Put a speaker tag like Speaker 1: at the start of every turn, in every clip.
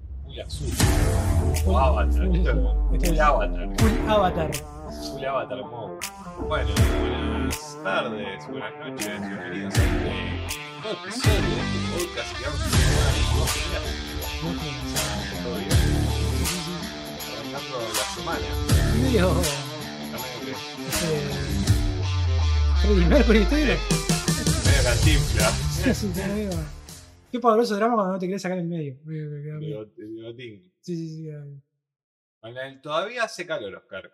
Speaker 1: Full azul. O Avatar. Esto es full Avatar.
Speaker 2: Full Avatar.
Speaker 1: Full Avatar Mode. Bueno, buenas tardes, buenas noches, bienvenidos a este nuevo episodio de este podcast que vamos a llamar Podcast.
Speaker 2: Muy bien.
Speaker 1: Todo bien. Arrancando la semana.
Speaker 2: Medio.
Speaker 1: Arranco que
Speaker 2: Eh, Freddie Mercury, estoy.
Speaker 1: medio ¿eh? cantinflas.
Speaker 2: Sí, sí, te lo digo. Qué pavoroso drama cuando no te querés sacar en medio. Medio que queda bien.
Speaker 1: Medio- medio tingo.
Speaker 2: Sí, sí, sí. queda bien.
Speaker 1: Bueno, Todavía hace calor, Oscar.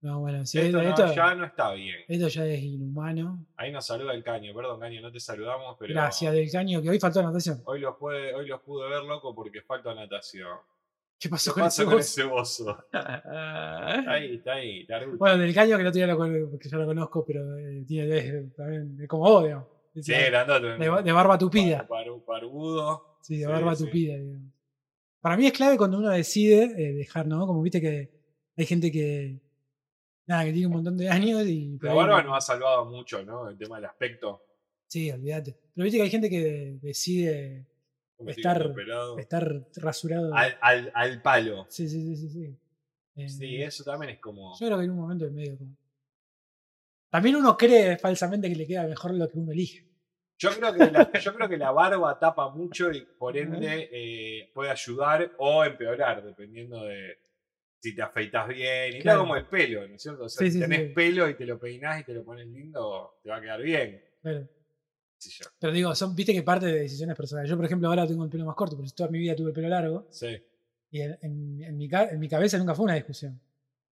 Speaker 2: No, bueno, si
Speaker 1: Esto,
Speaker 2: esto,
Speaker 1: no-
Speaker 2: esto, esto ya...
Speaker 1: ya no está bien.
Speaker 2: es inhumano.
Speaker 1: Ahí nos saluda el caño. Perdón, caño, no te saludamos, pero.
Speaker 2: Gracias del caño, que hoy faltó natación.
Speaker 1: Hoy los, pude, hoy los pude ver, loco, porque falta natación.
Speaker 2: ¿Qué pasó
Speaker 1: ¿Qué
Speaker 2: con
Speaker 1: pasa
Speaker 2: ese
Speaker 1: con
Speaker 2: voz?
Speaker 1: ese bozo? Está ahí, está ahí, está rudo.
Speaker 2: Bueno, del caño que no tenía lo con- porque yo lo conozco, pero eh, tiene es, también es como vos, digamos. Es
Speaker 1: Sí,
Speaker 2: de-
Speaker 1: grandote.
Speaker 2: de, ba- de barba tupida.
Speaker 1: Par- paru- Parvudo.
Speaker 2: Sí, de
Speaker 1: sí,
Speaker 2: barba
Speaker 1: sí.
Speaker 2: tupida, digamos. Para mí es clave cuando uno decide eh, dejar, ¿no? Como viste que hay gente que. Nada, que tiene un montón de años y. por
Speaker 1: La
Speaker 2: ahí
Speaker 1: barba
Speaker 2: no-
Speaker 1: nos ha salvado mucho, ¿no? El tema del aspecto.
Speaker 2: Sí, olvídate. Pero viste que hay gente que decide
Speaker 1: Como estoy
Speaker 2: Estar-
Speaker 1: quedando pelado.
Speaker 2: estar rasurado.
Speaker 1: Al, al, al palo.
Speaker 2: Sí, sí, sí, sí. sí. Eh,
Speaker 1: Sí, eso también es como.
Speaker 2: Yo creo que en un momento en medio. como- También uno cree falsamente que le queda mejor lo que uno elige.
Speaker 1: Yo creo que la, yo creo que la barba tapa mucho y por ende eh, puede ayudar o empeorar, dependiendo de si te afeitas bien. Y
Speaker 2: Claro.
Speaker 1: claro. como el pelo, ¿no es cierto? O sea,
Speaker 2: Sí,
Speaker 1: si
Speaker 2: sí,
Speaker 1: tenés
Speaker 2: sí.
Speaker 1: pelo y te lo peinás y te lo pones lindo, te va a quedar bien.
Speaker 2: Pero,
Speaker 1: Sí, yo.
Speaker 2: pero digo, son, viste que parte de decisiones personales. Yo, por ejemplo, ahora tengo el pelo más corto, porque toda mi vida tuve el pelo largo.
Speaker 1: Sí,
Speaker 2: Y en, en- en mi, ca- en mi cabeza nunca fue una discusión.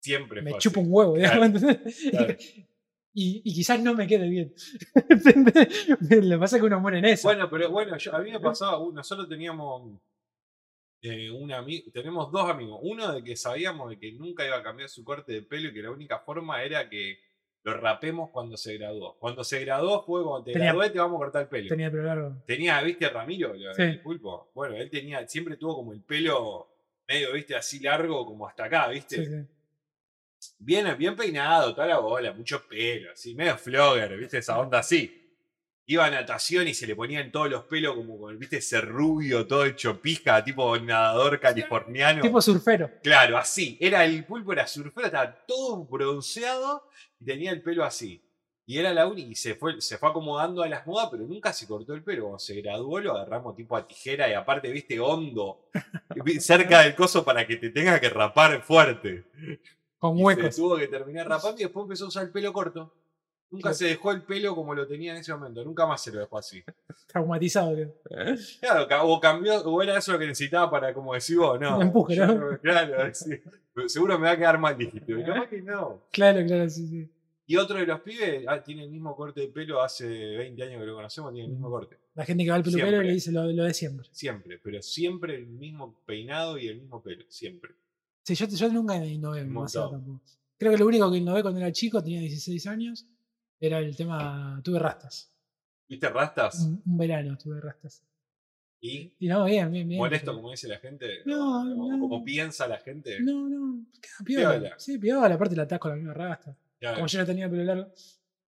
Speaker 1: siempre
Speaker 2: Me
Speaker 1: fue
Speaker 2: chupo
Speaker 1: así.
Speaker 2: un huevo,
Speaker 1: Claro,
Speaker 2: digamos, ¿entendés?
Speaker 1: claro.
Speaker 2: Y, y quizás no me quede bien. ¿Entendés? Lo que pasa es que uno muere en eso.
Speaker 1: Bueno, pero bueno, yo- a mí me pasaba, uh, nosotros teníamos eh, un amigo, tenemos dos amigos. Uno de que sabíamos de que nunca iba a cambiar su corte de pelo y que la única forma era que lo rapemos cuando se graduó. Cuando se graduó fue cuando te
Speaker 2: Tenía-
Speaker 1: gradué te vamos a cortar el pelo.
Speaker 2: Tenía el pelo largo.
Speaker 1: Tenía, ¿viste Ramiro? Lo-
Speaker 2: Sí.
Speaker 1: El pulpo. Bueno, él tenía, siempre tuvo como el pelo medio, ¿viste? Así largo, como hasta acá, ¿viste?
Speaker 2: Sí, sí.
Speaker 1: Bien, bien peinado, toda la bola, mucho pelo, así, medio flogger, ¿viste? Esa onda así. Iba a natación y se le ponían todos los pelos como con, ¿viste? Ese rubio, todo hecho pija, tipo nadador californiano.
Speaker 2: Tipo surfero.
Speaker 1: Claro, así. Era el pulpo, era surfero, estaba todo bronceado y tenía el pelo así. Y era la única, y se fue, se fue acomodando a las modas, pero nunca se cortó el pelo. Cuando se graduó lo agarramos tipo a tijera y aparte, viste, hondo, vi- cerca del coso para que te tenga que rapar fuerte.
Speaker 2: Con
Speaker 1: Y
Speaker 2: huecos.
Speaker 1: Se tuvo que terminar rapando y después empezó a usar el pelo corto. Nunca
Speaker 2: Claro.
Speaker 1: se dejó el pelo como lo tenía en ese momento, nunca más se lo dejó así.
Speaker 2: Traumatizado. creo.
Speaker 1: Claro, ca- o cambió, o era eso lo que necesitaba para, como decís vos, no.
Speaker 2: Un empuje,
Speaker 1: yo
Speaker 2: ¿no?
Speaker 1: Claro, sí. Pero Seguro me va a quedar mal, dijiste. pero capaz que no.
Speaker 2: Claro, claro, sí, sí.
Speaker 1: Y otro de los pibes ah, tiene el mismo corte de pelo, hace 20 años que lo conocemos, tiene el mismo corte.
Speaker 2: La gente que va al peluquero
Speaker 1: Siempre.
Speaker 2: le dice lo, lo de siempre.
Speaker 1: Siempre, pero siempre el mismo peinado y el mismo pelo, siempre.
Speaker 2: Sí, yo, yo nunca innové
Speaker 1: Un
Speaker 2: demasiado
Speaker 1: montón.
Speaker 2: tampoco. Creo que lo único que innové cuando era chico, tenía 16 años, era el tema. Tuve rastas.
Speaker 1: ¿Viste rastas?
Speaker 2: Un, un verano tuve rastas.
Speaker 1: Y
Speaker 2: Y no, bien, bien, bien.
Speaker 1: molesto,
Speaker 2: pero-
Speaker 1: como dice la gente,
Speaker 2: No,
Speaker 1: o- o
Speaker 2: no.
Speaker 1: como piensa la gente.
Speaker 2: No, no, queda piola.
Speaker 1: Piola.
Speaker 2: Sí, piola, aparte la atasco la misma rasta.
Speaker 1: claro,
Speaker 2: Como yo no tenía pelo largo.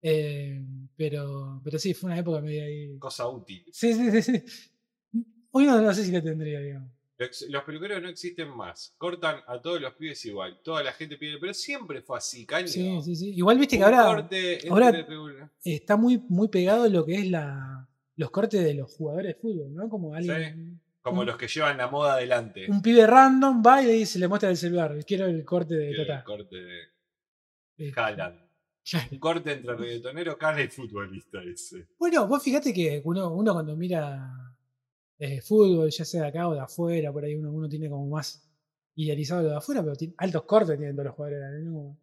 Speaker 2: Eh, pero, pero sí, fue una época medio ahí.
Speaker 1: cosa útil.
Speaker 2: Sí, sí, sí, sí. Hoy no, no sé si la tendría, digamos.
Speaker 1: Los los peluqueros no existen más. Cortan a todos los pibes igual. Toda la gente pide. Pero siempre fue así, caño.
Speaker 2: Sí, sí, sí. Igual viste
Speaker 1: Un
Speaker 2: que ahora
Speaker 1: corte,
Speaker 2: ahora-
Speaker 1: este regular.
Speaker 2: está muy, muy pegado lo que es la, los cortes de los jugadores de fútbol, ¿no? Como alguien.
Speaker 1: Como
Speaker 2: un-
Speaker 1: los que llevan la moda adelante.
Speaker 2: Un pibe random va y se le muestra el celular. Quiero el corte de
Speaker 1: Quiero el
Speaker 2: Tata.
Speaker 1: corte de
Speaker 2: Eh,
Speaker 1: Haaland.
Speaker 2: claro.
Speaker 1: Un corte entre reggaetonero, Cala y futbolista ese.
Speaker 2: Bueno, vos fíjate que uno, uno cuando mira eh, fútbol, ya sea de acá o de afuera, por ahí uno, uno tiene como más idealizado lo de afuera, pero tiene, altos cortes tienen todos los jugadores. ¿no?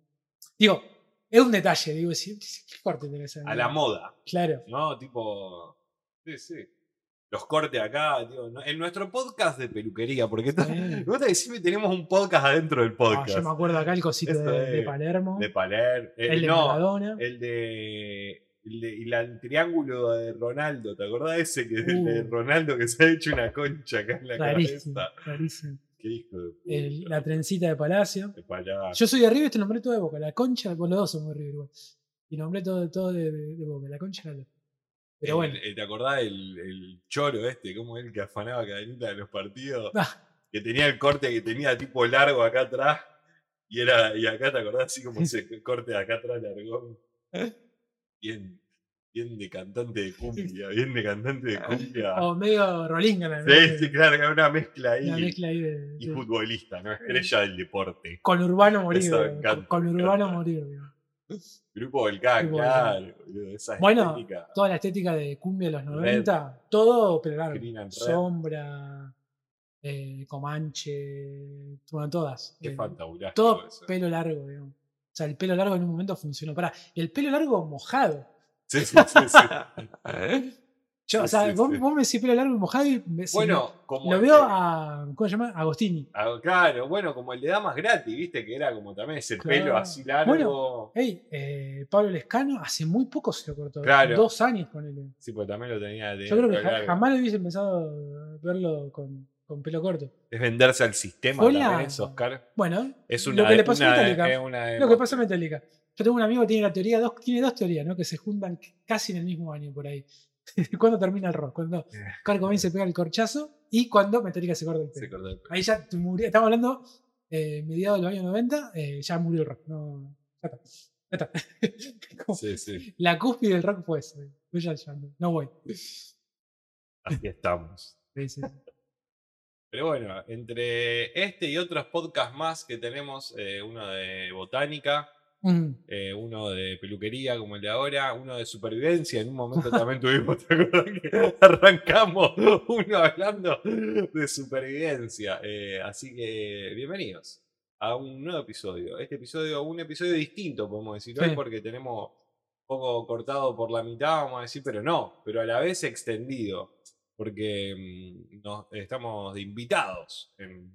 Speaker 2: Digo, es un detalle, digo, si- ¿qué corte tenés?
Speaker 1: A la
Speaker 2: moda.
Speaker 1: moda,
Speaker 2: Claro.
Speaker 1: ¿no? Tipo. Sí, sí. Los cortes acá, tío. ¿no? En nuestro podcast de peluquería, porque está- me
Speaker 2: Eh,
Speaker 1: gusta que siempre tenemos un podcast adentro del
Speaker 2: ah,
Speaker 1: podcast.
Speaker 2: yo me acuerdo acá el cosito
Speaker 1: Eso
Speaker 2: de, de
Speaker 1: es.
Speaker 2: Palermo,
Speaker 1: de Paler. eh,
Speaker 2: el de
Speaker 1: no,
Speaker 2: Maradona.
Speaker 1: El de. El, de- y la- el triángulo de Ronaldo, ¿te acordás ese que el de
Speaker 2: Uh.
Speaker 1: Ronaldo que se ha hecho una concha acá en la
Speaker 2: Rarísimo,
Speaker 1: cabeza?
Speaker 2: rarísimo.
Speaker 1: Qué hijo de puta.
Speaker 2: El- la trencita de Palacio.
Speaker 1: De palabra.
Speaker 2: Yo soy de River, te nombré todo de Boca. La concha, vos los dos somos de River igual. Y nombré todo, todo de, de- de Boca. La concha era lo- Pero
Speaker 1: El-
Speaker 2: bueno.
Speaker 1: eh, ¿Te acordás el, el choro este? ¿Cómo él que afanaba cadenita de los partidos?
Speaker 2: Ah,
Speaker 1: que tenía el corte que tenía tipo largo acá atrás. Y era, y acá te acordás, así como ese corte de acá atrás largón.
Speaker 2: ¿Eh?
Speaker 1: Bien, bien de cantante de cumbia, bien de cantante de cumbia.
Speaker 2: O medio rolinga la
Speaker 1: Sí, sí, claro, era una mezcla ahí.
Speaker 2: Oh, Una mezcla ahí de.
Speaker 1: Y
Speaker 2: de-
Speaker 1: futbolista, ¿no? Estrella del deporte.
Speaker 2: Con Urbano morir.
Speaker 1: Eso me
Speaker 2: boludo,
Speaker 1: encanta,
Speaker 2: Con
Speaker 1: me
Speaker 2: Urbano
Speaker 1: encanta.
Speaker 2: morir. boludo.
Speaker 1: Grupo Volcán,
Speaker 2: Grupo
Speaker 1: claro. boludo, Esa
Speaker 2: Bueno,
Speaker 1: estética.
Speaker 2: Toda la estética de cumbia de los
Speaker 1: Red.
Speaker 2: 90. Todo, pero largo.
Speaker 1: Green and Red.
Speaker 2: Sombra, eh, Comanche. Bueno, todas.
Speaker 1: Qué
Speaker 2: Eh,
Speaker 1: fantabulástico
Speaker 2: todo
Speaker 1: eso.
Speaker 2: pelo largo, digamos. O sea, el pelo largo en un momento funcionó. Pará, y el pelo largo mojado.
Speaker 1: Sí, sí, sí, sí.
Speaker 2: Yo, o
Speaker 1: ¿Eh? Sí,
Speaker 2: sea,
Speaker 1: sí,
Speaker 2: vos,
Speaker 1: sí.
Speaker 2: vos me decís pelo largo y mojado y me, se
Speaker 1: Bueno, eh.
Speaker 2: me-
Speaker 1: como.
Speaker 2: lo
Speaker 1: el
Speaker 2: veo
Speaker 1: de-
Speaker 2: a. ¿Cómo se llama? Agostini.
Speaker 1: a- Claro, bueno, como el de Damas gratis, viste, que era como también ese
Speaker 2: Claro.
Speaker 1: pelo así largo.
Speaker 2: Ey, eh, Pablo Lescano hace muy poco se lo cortó.
Speaker 1: Claro.
Speaker 2: Dos años con él.
Speaker 1: Sí, porque también lo tenía. tenía
Speaker 2: Yo creo que
Speaker 1: pelo
Speaker 2: ja-
Speaker 1: largo.
Speaker 2: jamás lo hubiese pensado verlo con, con pelo corto.
Speaker 1: Es venderse al sistema
Speaker 2: Fue
Speaker 1: también,
Speaker 2: la-
Speaker 1: eso, Oscar.
Speaker 2: Bueno,
Speaker 1: Es una,
Speaker 2: lo que le pasó a
Speaker 1: una-
Speaker 2: Metallica.
Speaker 1: es una
Speaker 2: Lo que
Speaker 1: emo-
Speaker 2: pasa en Metallica. Yo tengo un amigo que tiene la teoría, dos, tiene dos teorías, ¿no? Que se juntan c- casi en el mismo año por ahí. ¿Cuándo termina el rock? Cuando Kurt Cobain se pega el corchazo y cuando Metallica se corta el
Speaker 1: Se
Speaker 2: pelo.
Speaker 1: cortó el pelo.
Speaker 2: Ahí ya te murió. Estamos hablando eh, mediados de los años 90, eh, ya murió el rock. No, ya está. Ya está. Como
Speaker 1: Sí, sí.
Speaker 2: La cúspide del rock fue eso. Yo ya, ya no, no voy.
Speaker 1: Así estamos.
Speaker 2: Sí, sí, sí.
Speaker 1: Pero bueno, entre este y otros podcasts más que tenemos, eh, uno de botánica,
Speaker 2: Mm.
Speaker 1: eh, uno de peluquería como el de ahora, uno de supervivencia, en un momento también tuvimos, ¿te acordás que arrancamos uno hablando de supervivencia? Eh, así que bienvenidos a un nuevo episodio. Este episodio, un episodio distinto, podemos decir hoy,
Speaker 2: Sí.
Speaker 1: porque tenemos un poco cortado por la mitad, vamos a decir, pero no, pero a la vez extendido, porque mm, nos, estamos de invitados en,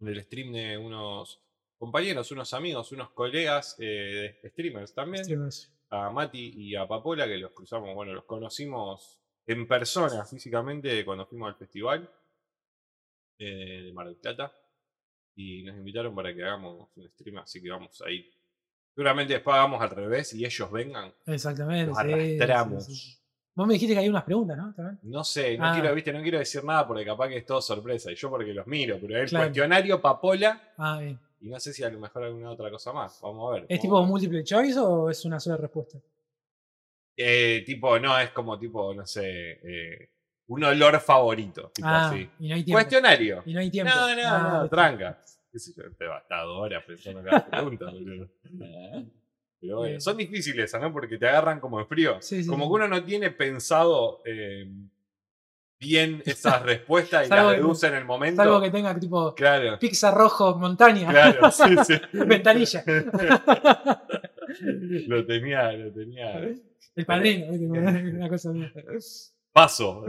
Speaker 1: en el stream de unos compañeros, unos amigos, unos colegas eh, de streamers también,
Speaker 2: Extremos.
Speaker 1: a Mati y a Papola, que los cruzamos, bueno, los conocimos en persona físicamente cuando fuimos al festival eh, de Mar del Plata. Y nos invitaron para que hagamos un stream, así que vamos ahí. Seguramente después hagamos al revés y ellos vengan.
Speaker 2: Exactamente.
Speaker 1: Nos
Speaker 2: sí, sí, sí,
Speaker 1: arrastramos.
Speaker 2: sí. Vos me dijiste que hay unas preguntas, ¿no? También.
Speaker 1: No sé, no
Speaker 2: Ah.
Speaker 1: quiero, viste, no quiero decir nada porque capaz que es todo sorpresa. Y yo porque los miro, pero el
Speaker 2: Claro.
Speaker 1: cuestionario Papola
Speaker 2: Ah, bien.
Speaker 1: y no sé si a lo mejor alguna otra cosa más. Vamos a ver.
Speaker 2: ¿Es
Speaker 1: vamos
Speaker 2: tipo
Speaker 1: a ver.
Speaker 2: múltiple choice o es una sola respuesta?
Speaker 1: Eh, tipo, no, es como tipo, no sé, eh, un olor favorito. Tipo
Speaker 2: Ah,
Speaker 1: así.
Speaker 2: y no hay tiempo.
Speaker 1: Cuestionario.
Speaker 2: Y no hay tiempo.
Speaker 1: No, no,
Speaker 2: Ah,
Speaker 1: no,
Speaker 2: listo.
Speaker 1: tranca. Qué sé yo, te va a horas pensando en cada pregunta, boludo. Pero bueno,
Speaker 2: Bien.
Speaker 1: son difíciles esas, ¿no? Porque te agarran como en frío.
Speaker 2: Sí, sí,
Speaker 1: como
Speaker 2: sí.
Speaker 1: que uno no tiene pensado eh, bien esas respuestas y
Speaker 2: Salvo
Speaker 1: las
Speaker 2: que-
Speaker 1: deduce en el momento.
Speaker 2: Salvo que tenga tipo
Speaker 1: Claro,
Speaker 2: pizza rojo montaña.
Speaker 1: claro, sí, sí.
Speaker 2: Ventanilla.
Speaker 1: Lo tenía, lo tenía.
Speaker 2: El padrino. ¿viste? Una cosa mía.
Speaker 1: Paso.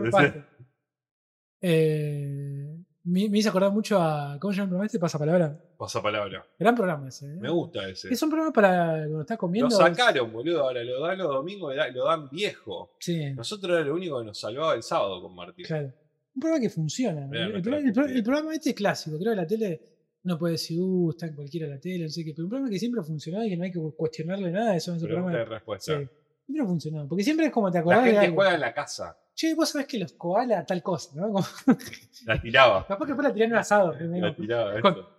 Speaker 2: Eh, me, me hizo acordar mucho a. ¿Cómo se llama el programa este? Pasapalabra.
Speaker 1: Pasa palabra.
Speaker 2: Gran programa ese. ¿eh?
Speaker 1: Me gusta ese.
Speaker 2: Es un programa para cuando estás
Speaker 1: Lo
Speaker 2: comiendo.
Speaker 1: sacaron, boludo. Ahora lo dan los domingos, da- lo dan viejo.
Speaker 2: Sí,
Speaker 1: Nosotros era lo único que nos salvaba el sábado con Martín.
Speaker 2: claro. Un programa que funciona.
Speaker 1: Era
Speaker 2: El, el
Speaker 1: nuestra
Speaker 2: pro- el pro-
Speaker 1: cultura.
Speaker 2: el programa este es clásico. Creo que la tele. Uno puede decir, uh, está en cualquiera la tele, no sé qué. Pero un programa que siempre ha funcionado y que no hay que cuestionarle nada. Eso en ese
Speaker 1: Pregunta
Speaker 2: programa.
Speaker 1: y respuesta.
Speaker 2: Sí. Siempre ha funcionado. Porque siempre es como te acordás
Speaker 1: La
Speaker 2: de
Speaker 1: gente
Speaker 2: algo.
Speaker 1: juega en la casa.
Speaker 2: Che, vos sabés que los koala tal cosa, ¿no? Como-
Speaker 1: La tiraba.
Speaker 2: capaz que después la tiran un asado ¿no?
Speaker 1: La tiraba.
Speaker 2: Con-
Speaker 1: eso.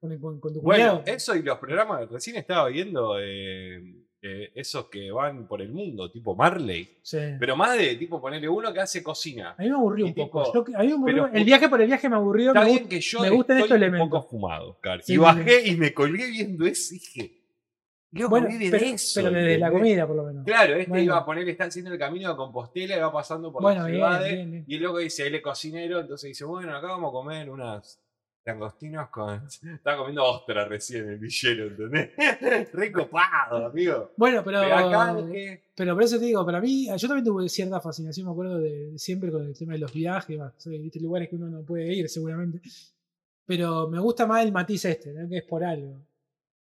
Speaker 2: con, con- con tu
Speaker 1: Bueno,
Speaker 2: cuñado.
Speaker 1: eso y los programas. Recién estaba viendo eh, eh, esos que van por el mundo, tipo Marley.
Speaker 2: Sí.
Speaker 1: Pero más de tipo ponerle uno que hace cocina.
Speaker 2: A mí me aburrió
Speaker 1: y
Speaker 2: un poco.
Speaker 1: tipo,
Speaker 2: Yo- a mí me aburrió-
Speaker 1: pero-
Speaker 2: el viaje por el viaje me aburrió.
Speaker 1: Está
Speaker 2: Me
Speaker 1: bien
Speaker 2: gusta-
Speaker 1: que yo
Speaker 2: me gustan
Speaker 1: estoy
Speaker 2: estos
Speaker 1: un poco
Speaker 2: elementos.
Speaker 1: fumado, Oscar.
Speaker 2: Sí,
Speaker 1: y
Speaker 2: sí,
Speaker 1: bajé y me colgué viendo eso y dije. loco,
Speaker 2: bueno,
Speaker 1: viven
Speaker 2: pero,
Speaker 1: eso,
Speaker 2: pero desde la
Speaker 1: ¿entendés?
Speaker 2: comida, por lo menos.
Speaker 1: Claro, este
Speaker 2: Bueno.
Speaker 1: iba a poner, está haciendo el camino de Compostela y va pasando por
Speaker 2: Bueno,
Speaker 1: las
Speaker 2: bien,
Speaker 1: ciudades.
Speaker 2: bien, bien.
Speaker 1: Y el loco dice, él es cocinero, entonces dice, bueno, acá vamos a comer unas langostinos con... Estaba comiendo ostra recién el villero, ¿entendés? Recopado, amigo.
Speaker 2: Bueno, pero,
Speaker 1: Pegá canje.
Speaker 2: pero por eso te digo, para mí, yo también tuve cierta fascinación, me acuerdo de, de siempre con el tema de los viajes, va, sí, viste, lugares que uno no puede ir seguramente. Pero me gusta más el matiz este, ¿no? que es por algo.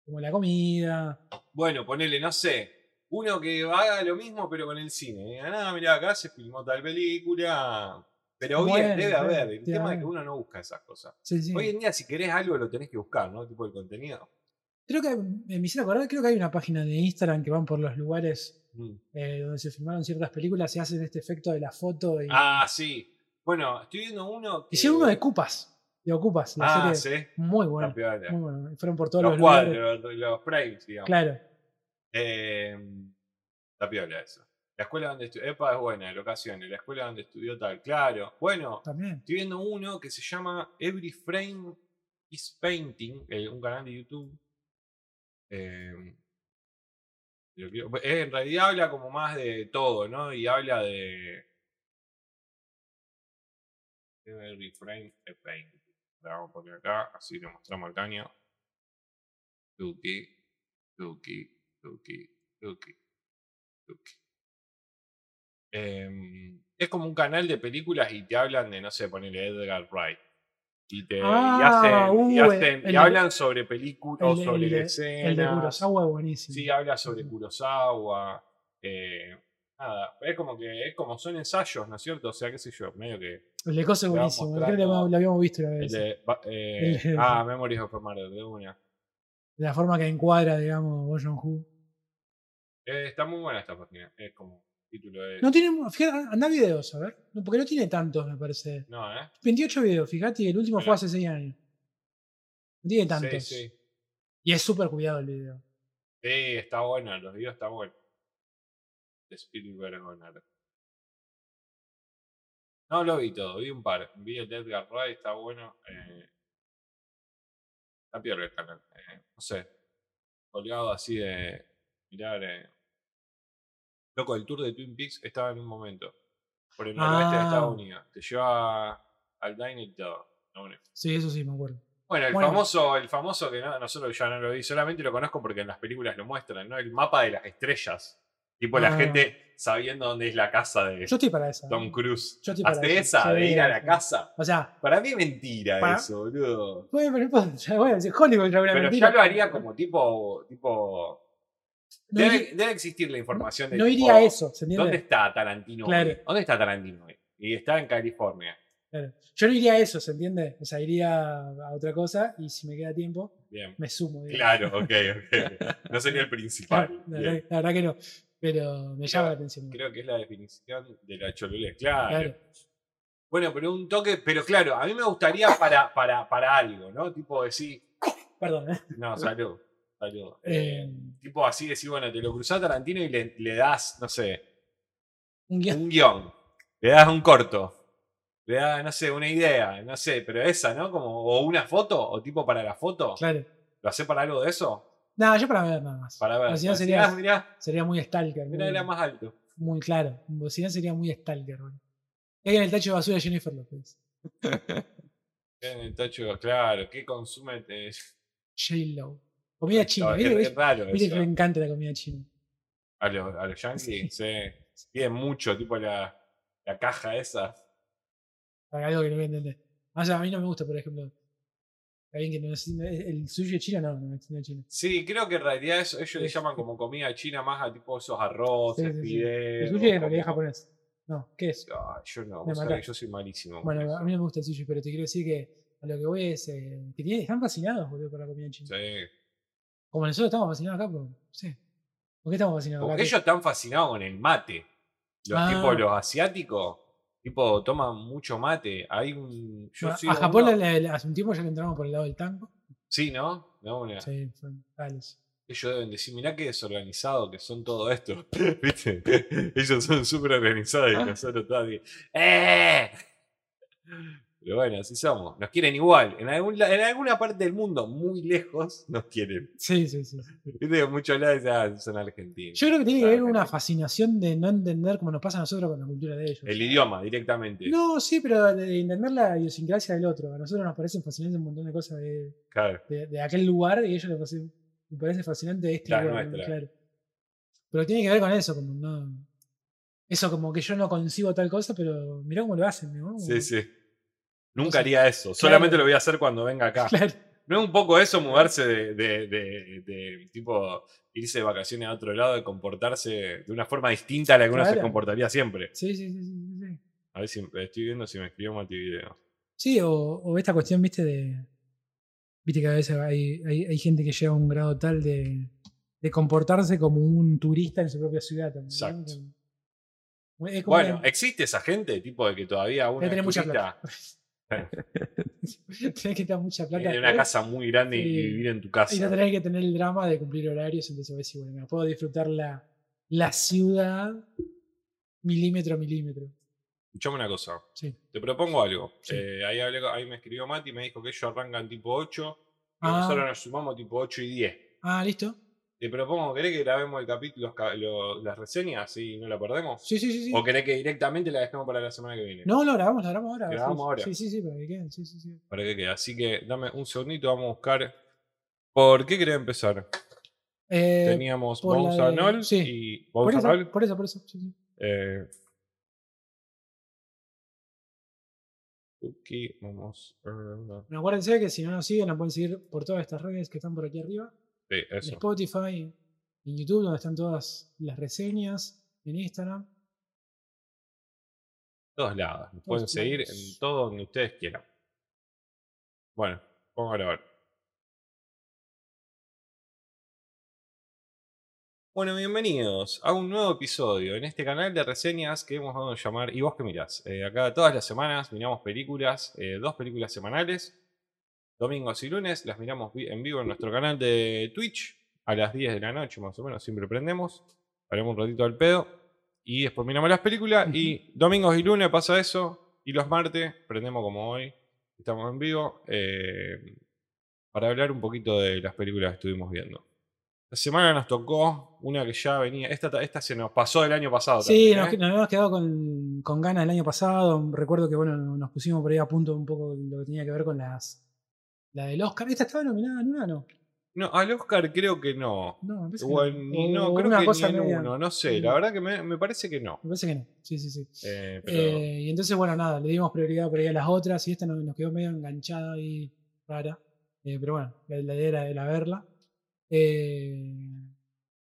Speaker 2: Como la comida.
Speaker 1: Bueno, ponele, no sé, uno que haga lo mismo pero con el cine. Ah, mirá, acá se filmó tal película. Pero bien,
Speaker 2: Bueno,
Speaker 1: debe
Speaker 2: claro,
Speaker 1: haber. El
Speaker 2: debe
Speaker 1: tema es que
Speaker 2: haber.
Speaker 1: uno no busca esas cosas.
Speaker 2: Sí, sí.
Speaker 1: Hoy en día, si querés algo, lo tenés que buscar, ¿no? Tipo el contenido.
Speaker 2: Creo que, eh, me hicieron acordar, creo que hay una página de Instagram que van por los lugares
Speaker 1: Mm.
Speaker 2: eh, donde se filmaron ciertas películas y hacen este efecto de la foto. Y,
Speaker 1: Ah, sí. Ah, Bueno, estoy viendo uno. que-
Speaker 2: Hicieron uno de cupas. de Ocupas, la
Speaker 1: Ah,
Speaker 2: serie
Speaker 1: sí.
Speaker 2: muy buena.
Speaker 1: Campeona.
Speaker 2: Muy buena. Fueron por todos los,
Speaker 1: Los
Speaker 2: lugares.
Speaker 1: cuadros, los, los frames, digamos.
Speaker 2: Claro.
Speaker 1: Eh, está piola eso. La escuela donde estudió. Epa es buena, locaciones. La escuela donde estudió tal, claro. Bueno,
Speaker 2: También.
Speaker 1: estoy viendo uno que se llama Every Frame is Painting, eh, un canal de YouTube. Eh, lo quiero- eh, en realidad habla como más de todo, ¿no? Y habla de. Every Frame is Painting. La vamos a poner acá, así le mostramos al caño. Tuki, tuki, tuki, tuki, tuki. Em, es como un canal de películas y te hablan de, no sé, ponele Edgar Wright. Y, te, y
Speaker 2: Ah,
Speaker 1: hacen, y,
Speaker 2: uh,
Speaker 1: hacen-
Speaker 2: el
Speaker 1: y
Speaker 2: de-
Speaker 1: hablan sobre películas,
Speaker 2: el de-
Speaker 1: sobre
Speaker 2: el de- el de
Speaker 1: escenas.
Speaker 2: El de Kurosawa es buenísimo.
Speaker 1: Sí, habla sobre
Speaker 2: Ujú.
Speaker 1: Kurosawa. eh, nada, es como que es como son ensayos, ¿no es cierto? O sea, qué sé yo, medio que
Speaker 2: el de Coso es
Speaker 1: Te va
Speaker 2: buenísimo. Creo que
Speaker 1: mostrando-
Speaker 2: lo, lo habíamos visto la
Speaker 1: El
Speaker 2: vez. De...
Speaker 1: de, ba- eh,
Speaker 2: El de-
Speaker 1: ah, Memories of a Murder, de una.
Speaker 2: la forma que encuadra, digamos, Bo Joon-ho.
Speaker 1: Eh, está muy buena esta página. Es como título de.
Speaker 2: No tiene. Fíjate, anda videos, a ver. No, porque no tiene tantos, me parece.
Speaker 1: No, ¿eh?
Speaker 2: 28 videos, fíjate, y el último fue
Speaker 1: Mira.
Speaker 2: hace 6 años. No tiene tantos.
Speaker 1: Sí, sí.
Speaker 2: Y es súper cuidado el video.
Speaker 1: Sí, está bueno. Los videos están buenos. De Spielberg con Ar- No lo vi todo. Vi un par. Vi el de Edgar Wright. Está bueno. eh, está peor el canal. eh, no sé. Colgado así de. Mirar. eh. Loco, el tour de Twin Peaks estaba en un momento. Por el noroeste de
Speaker 2: Ah.
Speaker 1: Estados Unidos. Te lleva al Dining Tower. No, bueno.
Speaker 2: Sí, eso sí, me acuerdo.
Speaker 1: Bueno, el
Speaker 2: Bueno.
Speaker 1: famoso, el famoso que no- nosotros ya no lo vi, solamente lo conozco porque en las películas lo muestran, ¿no? El mapa de las estrellas. Tipo la
Speaker 2: Ah.
Speaker 1: gente sabiendo dónde es la casa de
Speaker 2: Yo estoy para esa.
Speaker 1: Tom Cruise.
Speaker 2: yo estoy para
Speaker 1: Hace
Speaker 2: eso,
Speaker 1: esa de
Speaker 2: sí,
Speaker 1: ir a la
Speaker 2: sí.
Speaker 1: casa.
Speaker 2: O sea,
Speaker 1: Para mí es mentira
Speaker 2: Para-
Speaker 1: eso, boludo.
Speaker 2: bueno, pero no importa, bueno, si Hollywood era una
Speaker 1: Pero
Speaker 2: mentira.
Speaker 1: ya lo haría como tipo. tipo
Speaker 2: No,
Speaker 1: debe,
Speaker 2: iría,
Speaker 1: debe existir la información de
Speaker 2: no
Speaker 1: tipo,
Speaker 2: iría a eso, ¿se entiende?
Speaker 1: ¿Dónde está Tarantino? hoy?
Speaker 2: Claro.
Speaker 1: ¿Dónde está Tarantino? hoy? Y está en California.
Speaker 2: Claro. Yo no iría a eso, ¿se entiende? O sea, iría a otra cosa y si me queda tiempo,
Speaker 1: Bien.
Speaker 2: me sumo. digo.
Speaker 1: Claro, ok, ok. No sería el principal.
Speaker 2: Claro, la,
Speaker 1: Bien.
Speaker 2: verdad, la verdad que no. Pero me llama
Speaker 1: Claro,
Speaker 2: la atención.
Speaker 1: Creo que es la definición de la cholulez, claro.
Speaker 2: Claro.
Speaker 1: Bueno, pero un toque, pero claro, a mí me gustaría para, para, para algo, ¿no? Tipo decir,
Speaker 2: Perdón, ¿eh?
Speaker 1: no, salud, salud. Eh,
Speaker 2: Eh,
Speaker 1: tipo así decir, bueno, te lo cruzás a Tarantino y le, le das, no sé,
Speaker 2: un guión.
Speaker 1: un guión, le das un corto, le das, no sé, una idea, no sé, pero esa, ¿no? Como, o una foto, o tipo para la foto,
Speaker 2: Claro.
Speaker 1: ¿lo hacés para algo de eso?
Speaker 2: No, yo para ver nada más.
Speaker 1: Para ver.
Speaker 2: Porque Si no
Speaker 1: así,
Speaker 2: sería,
Speaker 1: ah, mirá,
Speaker 2: sería muy stalker.
Speaker 1: mirá,
Speaker 2: muy-
Speaker 1: era más alto.
Speaker 2: Muy claro. Pues Si no, sería muy stalker. boludo. Y ahí en el tacho de basura Jennifer López.
Speaker 1: En el tacho, claro, ¿qué consume? Eh,
Speaker 2: J-Lo. Comida china.
Speaker 1: es-
Speaker 2: ¿Viste,
Speaker 1: es raro
Speaker 2: viste
Speaker 1: eso.
Speaker 2: que me encanta la comida china.
Speaker 1: A los, a los yankees, sí. Piden mucho, tipo la, la caja esa.
Speaker 2: Para algo que no voy a entender. O sea, a mí no me gusta, por ejemplo. Alguien que no es, el suyo es chino, no, no es no es chino.
Speaker 1: Sí, creo que en realidad eso- ellos le
Speaker 2: Sí.
Speaker 1: llaman como comida china más a tipo esos arroces,
Speaker 2: Sí, sí, sí. El
Speaker 1: fideos.
Speaker 2: sushi en realidad es
Speaker 1: como-
Speaker 2: japonés. No, ¿qué es?
Speaker 1: Ah, yo no,
Speaker 2: Me
Speaker 1: vos sabés
Speaker 2: mataste.
Speaker 1: que yo soy malísimo. con
Speaker 2: Bueno,
Speaker 1: eso.
Speaker 2: a mí no me gusta el sushi, pero te quiero decir que a lo que voy es eh, que tiene- están fascinados, boludo, por la comida china.
Speaker 1: Sí.
Speaker 2: Como nosotros estamos fascinados acá, por, sí. ¿Por qué estamos fascinados
Speaker 1: Como
Speaker 2: acá?
Speaker 1: que ellos están fascinados con el mate. Los
Speaker 2: Ah.
Speaker 1: tipos, los asiáticos, tipo, toman mucho mate. Hay un. Yo
Speaker 2: Bueno,
Speaker 1: sigo
Speaker 2: Ah, a Japón
Speaker 1: uno-
Speaker 2: le- le- hace un tiempo ya le entramos por el lado del tango.
Speaker 1: Sí, ¿no? De una.
Speaker 2: Sí, fue- dale, sí.
Speaker 1: Ellos deben decir, mirá qué desorganizado que son todo esto. ¿Viste? Ellos son súper organizados y
Speaker 3: Ah.
Speaker 1: nosotros todos así, ¡Eh! Pero bueno, así somos. Nos quieren igual. En, algún, la- en alguna parte del mundo, muy lejos, nos quieren.
Speaker 2: Sí, sí, sí.
Speaker 1: Viste que muchos lados dicen, "Ah, son argentinos.
Speaker 2: Yo creo que tiene que
Speaker 1: Claro,
Speaker 2: ver con una
Speaker 1: gente.
Speaker 2: fascinación de no entender cómo nos pasa a nosotros con la cultura de ellos.
Speaker 1: El idioma, directamente.
Speaker 2: No, sí, pero de entender la idiosincrasia del otro. A nosotros nos parecen fascinantes un montón de cosas de,
Speaker 1: Claro.
Speaker 2: de, de aquel lugar y a ellos les parece, les parece fascinante este
Speaker 1: Las
Speaker 2: lugar. ¿no?
Speaker 1: nuestras.
Speaker 2: Claro. Pero tiene que ver con eso, como no. Eso como que yo no concibo tal cosa, pero mirá cómo lo hacen, ¿no?
Speaker 1: Sí, sí. Nunca
Speaker 2: Entonces,
Speaker 1: haría eso. Solamente lo voy a hacer cuando venga acá.
Speaker 2: Claro.
Speaker 1: ¿No es un poco eso mudarse de, de- de- de, tipo irse de vacaciones a otro lado y comportarse de una forma distinta a la que uno se
Speaker 2: Claro.
Speaker 1: comportaría siempre?
Speaker 2: Sí, sí, sí, sí, sí, sí.
Speaker 1: A ver si estoy viendo si me escribió Montevideo.
Speaker 2: Sí, o, o esta cuestión, viste, de. Viste que a veces hay, hay, hay gente que llega a un grado tal de, de comportarse como un turista en su propia ciudad también. ¿no?
Speaker 1: Exacto.
Speaker 2: Como- es como
Speaker 1: Bueno,
Speaker 2: una-
Speaker 1: existe esa gente, tipo de que todavía uno
Speaker 2: Debe
Speaker 1: es
Speaker 2: tener mucha
Speaker 1: turista
Speaker 2: Tenés que tener mucha plata.
Speaker 1: Tener eh, una casa muy grande y-
Speaker 2: ¿eh? Sí.
Speaker 1: y vivir en tu
Speaker 2: Y no
Speaker 1: casa.
Speaker 2: tenés que tener el drama de cumplir horarios, entonces vos decís, bueno, mira, puedo disfrutar la, la ciudad milímetro a milímetro.
Speaker 1: Escuchame una cosa.
Speaker 2: Sí.
Speaker 1: Te propongo algo.
Speaker 2: Sí.
Speaker 1: Eh, ahí, hablé con- ahí me escribió Mati y me dijo que ellos arrancan tipo 8. Y
Speaker 2: Ah.
Speaker 1: nosotros nos sumamos tipo 8 y 10.
Speaker 2: Ah, listo.
Speaker 1: Te propongo, ¿querés que grabemos el capítulo, los ca- lo- las reseñas y no la perdemos?
Speaker 2: Sí, sí, sí. sí.
Speaker 1: ¿O querés que directamente la dejemos para la semana que viene?
Speaker 2: No, lo grabamos, lo grabamos ahora.
Speaker 1: Grabamos
Speaker 2: sí,
Speaker 1: ahora.
Speaker 2: Sí, sí, sí, para que queden. Sí, sí, sí.
Speaker 1: ¿Para qué queda? Así que dame un segundito, vamos a buscar. ¿Por qué querés empezar?
Speaker 2: Eh,
Speaker 1: Teníamos
Speaker 2: por la
Speaker 1: Bones
Speaker 2: de-
Speaker 1: Arnold
Speaker 2: sí.
Speaker 1: y
Speaker 2: por,
Speaker 1: Bones
Speaker 2: eso,
Speaker 1: Arnold.
Speaker 2: por eso, por eso. sí, sí.
Speaker 1: Eh, Tuki, vamos. eh,
Speaker 2: Bueno, acuérdense que si no nos siguen, nos pueden seguir por todas estas redes que están por aquí arriba.
Speaker 1: sí,
Speaker 2: En
Speaker 1: eso.
Speaker 2: Spotify, en YouTube, donde están todas las reseñas, en Instagram.
Speaker 1: todos lados. Nos pueden
Speaker 2: Todos
Speaker 1: seguir en
Speaker 2: lados.
Speaker 1: todo donde ustedes quieran. Bueno, vamos a grabar. Bueno, bienvenidos a un nuevo episodio en este canal de reseñas que hemos dado a llamar ¿Y vos qué mirás? Eh, acá todas las semanas miramos películas, eh, dos películas semanales, domingos y lunes, las miramos vi- en vivo en nuestro canal de Twitch a las 10 de la noche más o menos, siempre prendemos, haremos un ratito al pedo y después miramos las películas y domingos y lunes pasa eso y los martes prendemos como hoy, estamos en vivo eh, para hablar un poquito de las películas que estuvimos viendo. La semana nos tocó una que ya venía, esta, ta- esta se nos pasó del año pasado.
Speaker 2: Sí,
Speaker 1: también,
Speaker 2: nos,
Speaker 1: ¿eh?
Speaker 2: nos habíamos quedado con, con ganas el año pasado. Recuerdo que bueno, nos pusimos por ahí a punto un poco lo que tenía que ver con las la del Oscar. ¿Esta estaba nominada en una? No,
Speaker 1: No, al Oscar creo que no.
Speaker 2: no, me parece
Speaker 1: O
Speaker 2: que
Speaker 1: en- ni- no,
Speaker 2: O
Speaker 1: creo
Speaker 2: Eh, una
Speaker 1: que
Speaker 2: cosa
Speaker 1: ni en
Speaker 2: media-
Speaker 1: uno, ¿eh? no sé. La
Speaker 2: Mm.
Speaker 1: verdad que me, me parece que no.
Speaker 2: Me parece que no. Sí, sí, sí.
Speaker 1: Eh, pero
Speaker 2: Eh, y entonces, bueno, nada, le dimos prioridad por ahí a las otras y esta nos, nos quedó medio enganchada y rara. Eh, pero bueno, la, la idea era de la verla. Eh,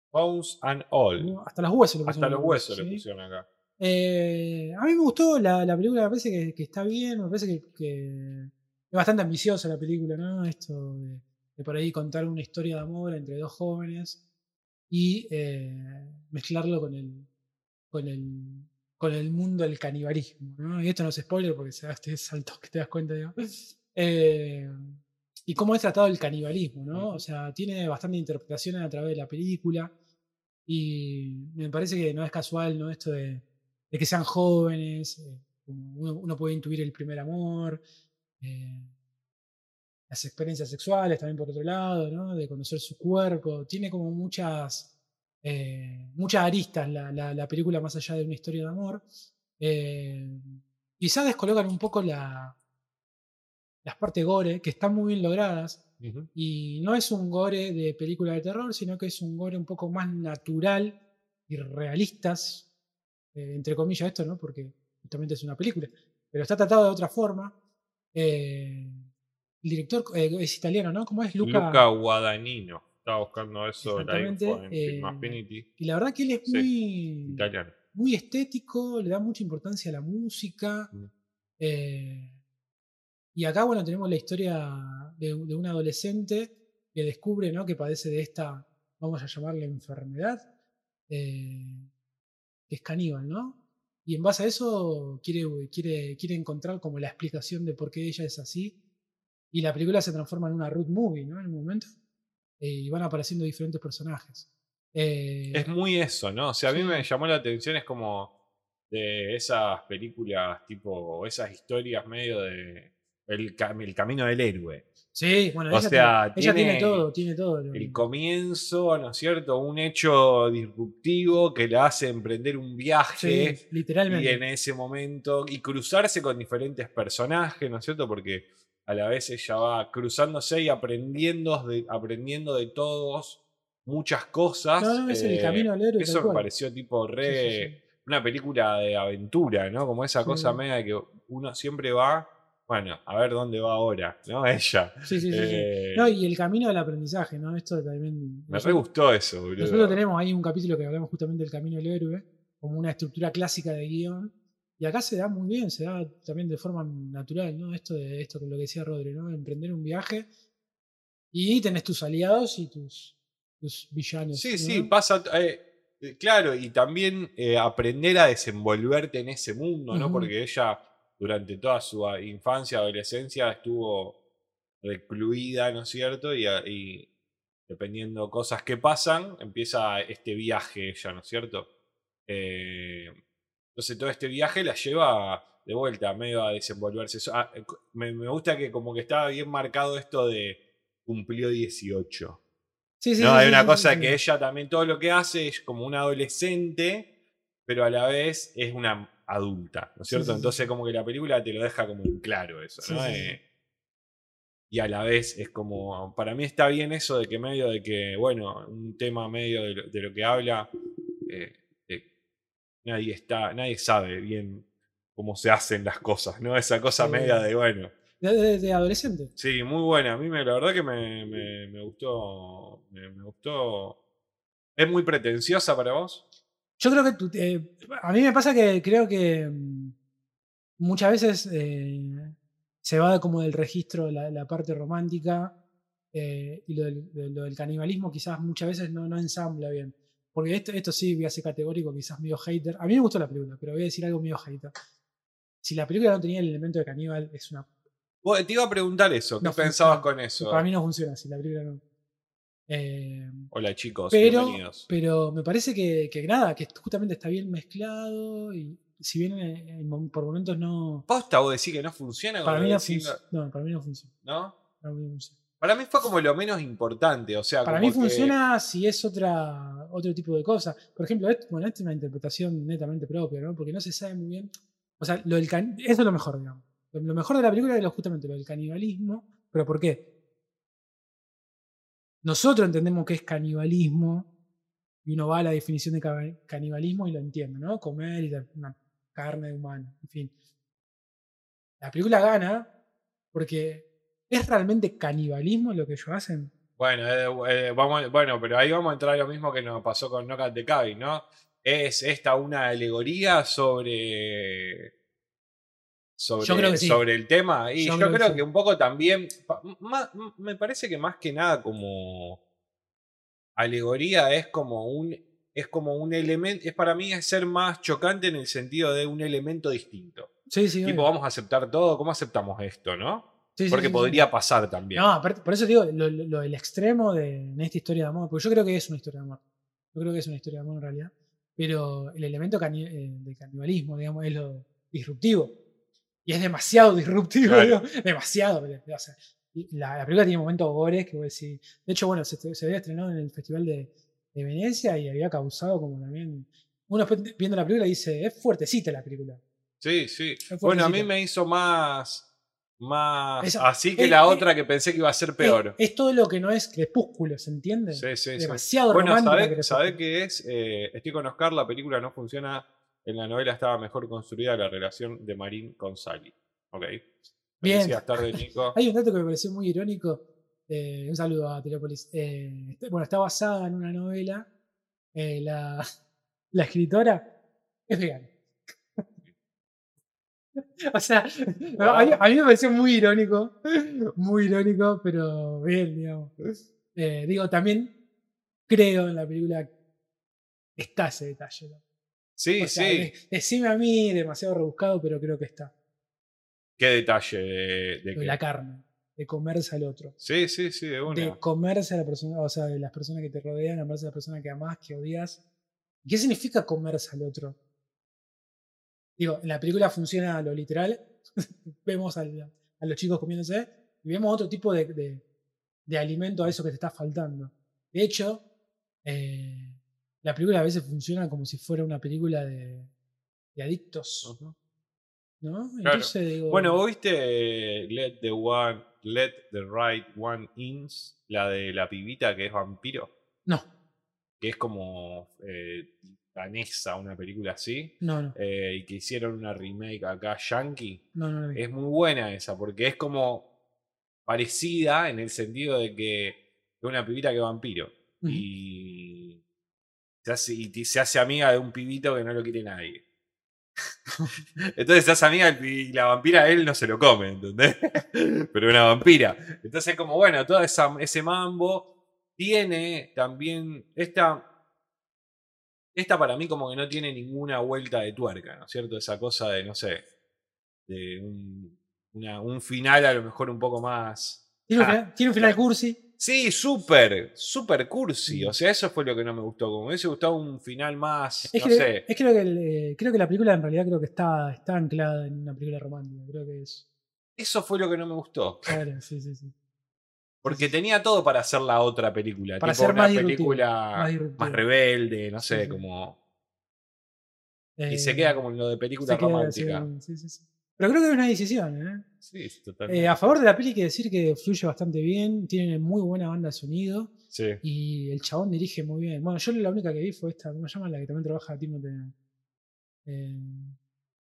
Speaker 1: Bones and All.
Speaker 2: hasta los huesos le
Speaker 1: Hasta
Speaker 2: pusieron.
Speaker 1: los huesos le
Speaker 2: Sí.
Speaker 1: pusieron acá.
Speaker 2: Eh, a mí me gustó la, la película, me parece que, que está bien, me parece que, que es bastante ambiciosa la película, ¿no? Esto de, de por ahí contar una historia de amor entre dos jóvenes y eh, mezclarlo con el, con el con el mundo del canibalismo, ¿no? Y esto no es spoiler porque se da este salto que te das cuenta, digo. Eh, y cómo es tratado el canibalismo, ¿no? O sea, tiene bastante interpretaciones a través de la película y me parece que no es casual, ¿no? Esto de, de que sean jóvenes, eh, como uno, uno puede intuir el primer amor, eh, las experiencias sexuales también por otro lado, ¿no? de conocer su cuerpo, tiene como muchas, eh, muchas aristas la, la- la película más allá de una historia de amor. Eh, quizá descolocan un poco la, las partes gore, que están muy bien logradas,
Speaker 1: Ujú.
Speaker 2: y no es un gore de película de terror, sino que es un gore un poco más natural y realistas, eh, entre comillas esto, ¿no? Porque justamente es una película, pero está tratado de otra forma. Eh, el director eh, es italiano, ¿no? ¿Cómo es Luca?
Speaker 1: Luca, Guadagnino. Estaba buscando eso la
Speaker 2: Exactamente,
Speaker 1: info en
Speaker 2: eh,
Speaker 1: Film Affinity.
Speaker 2: Y la verdad que él es
Speaker 1: Sí,
Speaker 2: muy,
Speaker 1: Italiano.
Speaker 2: muy estético, le da mucha importancia a la música.
Speaker 1: Mm.
Speaker 2: eh, y acá, bueno, tenemos la historia de, de un adolescente que descubre ¿no? que padece de esta, vamos a llamarle enfermedad, eh, que es caníbal, ¿no? Y en base a eso quiere, quiere, quiere encontrar como la explicación de por qué ella es así. Y la película se transforma en una road movie, ¿no? En un momento. eh, y van apareciendo diferentes personajes. Eh,
Speaker 1: Es muy eso, ¿no? O sea, a mí
Speaker 2: sí.
Speaker 1: me llamó la atención, es como de esas películas, tipo, esas historias medio de. El, cam- el camino del héroe.
Speaker 2: Sí, bueno,
Speaker 1: O
Speaker 2: ella,
Speaker 1: sea,
Speaker 2: tiene, ella tiene
Speaker 1: tiene
Speaker 2: todo, tiene todo. lo-
Speaker 1: El comienzo, ¿no es cierto? Un hecho disruptivo que la hace emprender un viaje.
Speaker 2: sí, literalmente.
Speaker 1: Y en ese momento, y cruzarse con diferentes personajes, ¿no es cierto? Porque a la vez ella va cruzándose y aprendiendo de, aprendiendo de todos muchas cosas.
Speaker 2: no, no, es el
Speaker 1: eh,
Speaker 2: camino al héroe.
Speaker 1: Eso
Speaker 2: tal
Speaker 1: me
Speaker 2: cual.
Speaker 1: pareció tipo
Speaker 2: Sí,
Speaker 1: re.
Speaker 2: sí, sí.
Speaker 1: Una película de aventura, ¿no? Como esa
Speaker 2: Sí.
Speaker 1: cosa media de que uno siempre va, bueno, a ver dónde va ahora, ¿no? Ella.
Speaker 2: Sí, sí, sí, sí.
Speaker 1: Eh,
Speaker 2: No, y el camino del aprendizaje, ¿no? Esto también.
Speaker 1: me re gustó eso, boludo.
Speaker 2: Nosotros tenemos ahí un capítulo que hablamos justamente del camino del héroe, como una estructura clásica de guión. Y acá se da muy bien, se da también de forma natural, ¿no? Esto de esto con lo que decía Rodri, ¿no? Emprender un viaje y tenés tus aliados y tus, tus villanos.
Speaker 1: Sí,
Speaker 2: ¿no?
Speaker 1: sí, pasa. eh, eh, claro, y también eh, aprender a desenvolverte en ese mundo, ¿no?
Speaker 2: Ujú.
Speaker 1: Porque ella durante toda su a- infancia, adolescencia, estuvo recluida, ¿no es cierto? Y, a- y dependiendo cosas que pasan, empieza este viaje ella, ¿no es cierto? Eh, entonces todo este viaje la lleva de vuelta, medio a desenvolverse. So- ah, eh, co- me, me gusta que como que estaba bien marcado esto de cumplió 18.
Speaker 2: Sí, sí,
Speaker 1: no,
Speaker 2: sí,
Speaker 1: hay
Speaker 2: sí,
Speaker 1: una
Speaker 2: sí,
Speaker 1: cosa
Speaker 2: sí.
Speaker 1: que ella también todo lo que hace es como una adolescente, pero a la vez es una adulta, ¿no es
Speaker 2: Sí,
Speaker 1: cierto?
Speaker 2: sí, sí.
Speaker 1: Entonces como que la película te lo deja como en claro eso,
Speaker 2: Sí,
Speaker 1: ¿no?
Speaker 2: sí, sí.
Speaker 1: Eh, y a la vez es como, para mí está bien eso de que medio de que, bueno, un tema medio de lo, de lo que habla, eh, de- nadie está, nadie sabe bien cómo se hacen las cosas, ¿no? Esa cosa
Speaker 2: Sí.
Speaker 1: media de, bueno,
Speaker 2: De, de- de adolescente.
Speaker 1: Sí, muy buena. A mí me, la verdad que me, me- me gustó. Me, me gustó. ¿Es muy pretenciosa para vos?
Speaker 2: Yo creo que tú- eh, a mí me pasa que creo que mm, muchas veces eh, se va como del registro la, la parte romántica eh, y lo del, de- lo del canibalismo quizás muchas veces no, no ensambla bien. Porque esto, esto sí voy a ser categórico, quizás medio hater. A mí me gustó la película, pero voy a decir algo medio hater. Si la película no tenía el elemento de caníbal, es una
Speaker 1: Vos- eh, te iba a preguntar eso. ¿Qué
Speaker 2: No,
Speaker 1: pensabas
Speaker 2: no,
Speaker 1: con eso?
Speaker 2: Para mí no funciona si la película no. Eh,
Speaker 1: Hola chicos,
Speaker 2: pero,
Speaker 1: bienvenidos.
Speaker 2: pero me parece que, que nada, que justamente está bien mezclado y si bien eh, en mom- por momentos no...
Speaker 1: ¿Posta vos decís que no funciona? con
Speaker 2: Para
Speaker 1: lo
Speaker 2: mí
Speaker 1: que
Speaker 2: no,
Speaker 1: decís,
Speaker 2: func- no, para mí no funciona.
Speaker 1: ¿no?
Speaker 2: Para mí, no funciona.
Speaker 1: Para mí fue como lo menos importante. O sea,
Speaker 2: Para
Speaker 1: como
Speaker 2: mí
Speaker 1: que-
Speaker 2: funciona si es otra, otro tipo de cosa. Por ejemplo, esto, bueno, esta es una interpretación netamente propia, ¿no? Porque no se sabe muy bien. O sea, lo del can- eso es lo mejor, digamos. Lo- Lo mejor de la película es lo- justamente lo del canibalismo. ¿Pero por qué? Nosotros entendemos que es canibalismo y uno va a la definición de caba- canibalismo y lo entiende, ¿no? Comer y la- una carne de humano, en fin. La película gana porque es realmente canibalismo lo que ellos hacen.
Speaker 1: Bueno, eh, eh, vamos, bueno, pero ahí vamos a entrar a lo mismo que nos pasó con Knockout de Cabin, ¿no? ¿Es esta una alegoría sobre, sobre,
Speaker 2: Yo creo que sí.
Speaker 1: sobre el tema? Y
Speaker 2: Yo
Speaker 1: yo,
Speaker 2: creo
Speaker 1: creo,
Speaker 2: que sí.
Speaker 1: que un poco también, pa- ma- me parece que más que nada como alegoría es como un, es como un elemento, es para mí es ser más chocante en el sentido de un elemento distinto.
Speaker 2: Sí, sí,
Speaker 1: Tipo,
Speaker 2: obvio.
Speaker 1: vamos a aceptar todo, ¿cómo aceptamos esto, no?
Speaker 2: Sí, sí,
Speaker 1: Porque
Speaker 2: sí, sí.
Speaker 1: podría pasar también.
Speaker 2: No, aparte, por eso te digo, lo, lo- lo del extremo de, en esta historia de amor, porque yo creo que es una historia de amor. Yo creo que es una historia de amor en realidad. Pero el elemento cani- eh, de canibalismo, digamos, es lo disruptivo. Y es demasiado disruptivo,
Speaker 1: Claro.
Speaker 2: digo, demasiado. pero, o sea, y la, la película tiene momentos gores que vos decís. De hecho, bueno, se, se había estrenado en el Festival de, de Venecia y había causado como también. Uno después viendo la película dice, es fuertecita la película.
Speaker 1: Sí, sí.
Speaker 2: Es
Speaker 1: Bueno, a mí
Speaker 2: fuertecito.
Speaker 1: me hizo más. Más
Speaker 2: Esa-
Speaker 1: así que
Speaker 2: eh,
Speaker 1: la
Speaker 2: eh,
Speaker 1: otra que pensé que iba a ser peor.
Speaker 2: Es, es todo lo que no es crepúsculo, ¿se entiende?
Speaker 1: Sí, sí, sí.
Speaker 2: demasiado
Speaker 1: Bueno,
Speaker 2: romántica
Speaker 1: ¿sabés
Speaker 2: que le
Speaker 1: sabés
Speaker 2: falta.
Speaker 1: qué es? Eh, estoy con Oscar, la película no funciona. En la novela estaba mejor construida la relación de Marín con Sally. Ok.
Speaker 2: Bien.
Speaker 1: Felicidades, tarde, Nico.
Speaker 2: Hay un dato que me pareció muy irónico. eh, un saludo a Terópolis. Eh, está- bueno, está basada en una novela. eh, la, la escritora es vegana. O sea, a, mí, a mí me pareció muy irónico, muy irónico, pero bien, digamos. Eh, digo, también creo en la película está ese detalle. ¿no?
Speaker 1: Sí,
Speaker 2: O sea,
Speaker 1: sí.
Speaker 2: de- decime a mí, demasiado rebuscado, pero creo que está.
Speaker 1: Qué detalle de, de
Speaker 2: Lo
Speaker 1: que-
Speaker 2: de la carne, de comerse al otro.
Speaker 1: Sí, sí, sí, de una.
Speaker 2: de comerse a la persona, o sea, de las personas que te rodean, amarse a la persona que amás, que odias. ¿Qué significa comerse al otro? Digo, en la película funciona lo literal. vemos al- a los chicos comiéndose y vemos otro tipo de, de- de alimento a eso que te está faltando. De hecho, eh, la película a veces funciona como si fuera una película de, de adictos,
Speaker 1: Ujú.
Speaker 2: ¿no?
Speaker 1: Claro.
Speaker 2: Entonces, digo,
Speaker 1: Bueno, ¿vos viste eh, Let the One, Let the Right One In, la de la pibita que es vampiro?
Speaker 2: no,
Speaker 1: que es como eh, danesa, una película así,
Speaker 2: no, no,
Speaker 1: eh, y que hicieron una remake acá, Yankee.
Speaker 2: no, no, la vi.
Speaker 1: Es muy buena esa, porque es como parecida en el sentido de que es una pibita que es vampiro.
Speaker 2: Ujú.
Speaker 1: Y se hace, y ti- se hace amiga de un pibito que no lo quiere nadie. Entonces se hace amiga del pi- y la vampira a él no se lo come, ¿entendés? Pero una vampira. Entonces como, bueno, todo esa, ese mambo tiene también esta... Esta para mí como que no tiene ninguna vuelta de tuerca, ¿no es cierto? Esa cosa de, no sé, de un, una- un final a lo mejor un poco más.
Speaker 2: Tiene un
Speaker 1: Ah,
Speaker 2: final, tiene un final cursi.
Speaker 1: Sí, súper, súper cursi.
Speaker 2: Mm.
Speaker 1: O sea, eso fue lo que no me gustó. Como me hubiese gustado un final más,
Speaker 2: Es
Speaker 1: no
Speaker 2: que,
Speaker 1: sé.
Speaker 2: es que creo, que el, eh, creo que la película en realidad creo que está, está anclada en una película romántica. Creo que es.
Speaker 1: Eso fue lo que no me gustó.
Speaker 2: Claro, sí, sí, sí.
Speaker 1: Porque tenía todo para hacer la otra película.
Speaker 2: Para
Speaker 1: tipo
Speaker 2: ser
Speaker 1: una
Speaker 2: más disruptiva,
Speaker 1: película
Speaker 2: más
Speaker 1: Ah, más,
Speaker 2: disruptiva.
Speaker 1: rebelde, no sé,
Speaker 2: sí.
Speaker 1: como.
Speaker 2: Eh,
Speaker 1: Y se queda como en lo de película
Speaker 2: se queda
Speaker 1: romántica.
Speaker 2: así, sí, sí, sí. Pero creo que es una decisión, ¿eh?
Speaker 1: Sí, totalmente.
Speaker 2: Eh, a favor de la peli, hay que decir que fluye bastante bien. Tienen muy buena banda de sonido.
Speaker 1: Sí.
Speaker 2: Y el chabón dirige muy bien. Bueno, yo la única que vi fue esta, ¿cómo se llama? La que también trabaja Timothy. Eh,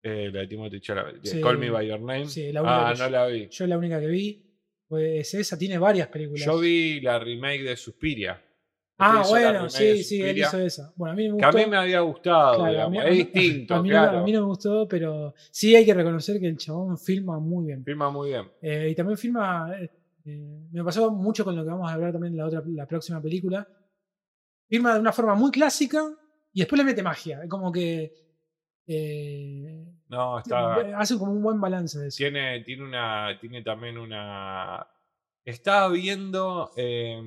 Speaker 1: Eh, la de Timothy Chalamet.
Speaker 2: Sí.
Speaker 1: Call Me By Your Name.
Speaker 2: Sí, la única
Speaker 1: ah,
Speaker 2: que
Speaker 1: no
Speaker 2: yo-
Speaker 1: la vi.
Speaker 2: yo la única que vi fue es esa. Tiene varias películas.
Speaker 1: Yo vi la remake de Suspiria.
Speaker 2: ah,
Speaker 1: hizo la
Speaker 2: bueno,
Speaker 1: remake de
Speaker 2: sí, sí, él
Speaker 1: Suspiria,
Speaker 2: hizo esa. Bueno, a mí me
Speaker 1: Que
Speaker 2: gustó.
Speaker 1: a mí me había gustado,
Speaker 2: claro, a
Speaker 1: digamos.
Speaker 2: mí- a
Speaker 1: es
Speaker 2: mí-
Speaker 1: distinto,
Speaker 2: a mí no-
Speaker 1: claro.
Speaker 2: a mí no me gustó, pero sí hay que reconocer que el chabón filma muy bien.
Speaker 1: Firma muy bien.
Speaker 2: Eh, y también filma. eh, eh, me pasó mucho con lo que vamos a hablar también en la, otra, la próxima película. Firma de una forma muy clásica y después le mete magia. Es como que. eh,
Speaker 1: No, está.
Speaker 2: hace como un buen balance de eso.
Speaker 1: Tiene, tiene una. Tiene también una. Estaba viendo eh,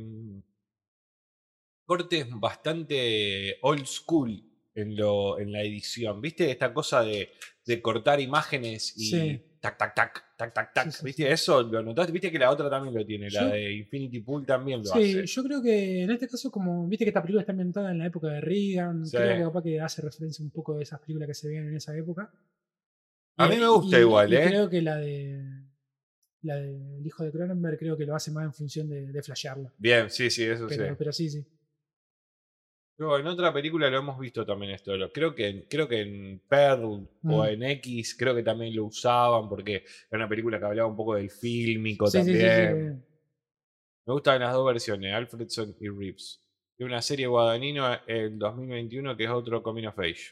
Speaker 1: cortes bastante old school en, lo, en la edición. ¿Viste? Esta cosa de, de cortar imágenes y
Speaker 2: Sí.
Speaker 1: tac, tac, tac, tac, tac, tac.
Speaker 2: Sí, sí,
Speaker 1: ¿Viste? Eso lo notaste. ¿Viste que la otra también lo tiene? La
Speaker 2: Yo-
Speaker 1: de Infinity Pool también lo
Speaker 2: Sí,
Speaker 1: hace.
Speaker 2: yo creo que en este caso, como viste que esta película está ambientada en la época de Reagan,
Speaker 1: Sí.
Speaker 2: creo que capaz que hace referencia un poco de esas películas que se veían en esa época.
Speaker 1: A mí me gusta igual, ¿eh?
Speaker 2: Creo que la de. La de El hijo de Cronenberg creo que lo hace más en función de, de flashearla.
Speaker 1: Bien, sí, sí, eso sí.
Speaker 2: Pero, pero sí, sí.
Speaker 1: Luego, en otra película lo hemos visto también esto. lo- Creo que, en- creo que en Pearl
Speaker 2: Mm.
Speaker 1: o en X creo que también lo usaban porque era una película que hablaba un poco del fílmico
Speaker 2: Sí, sí, sí,
Speaker 1: también.
Speaker 2: sí, eh.
Speaker 1: Me gustan las dos versiones, Alfredson y Reeves. Y una serie guadagnino en 2021 que es otro Coming of Age.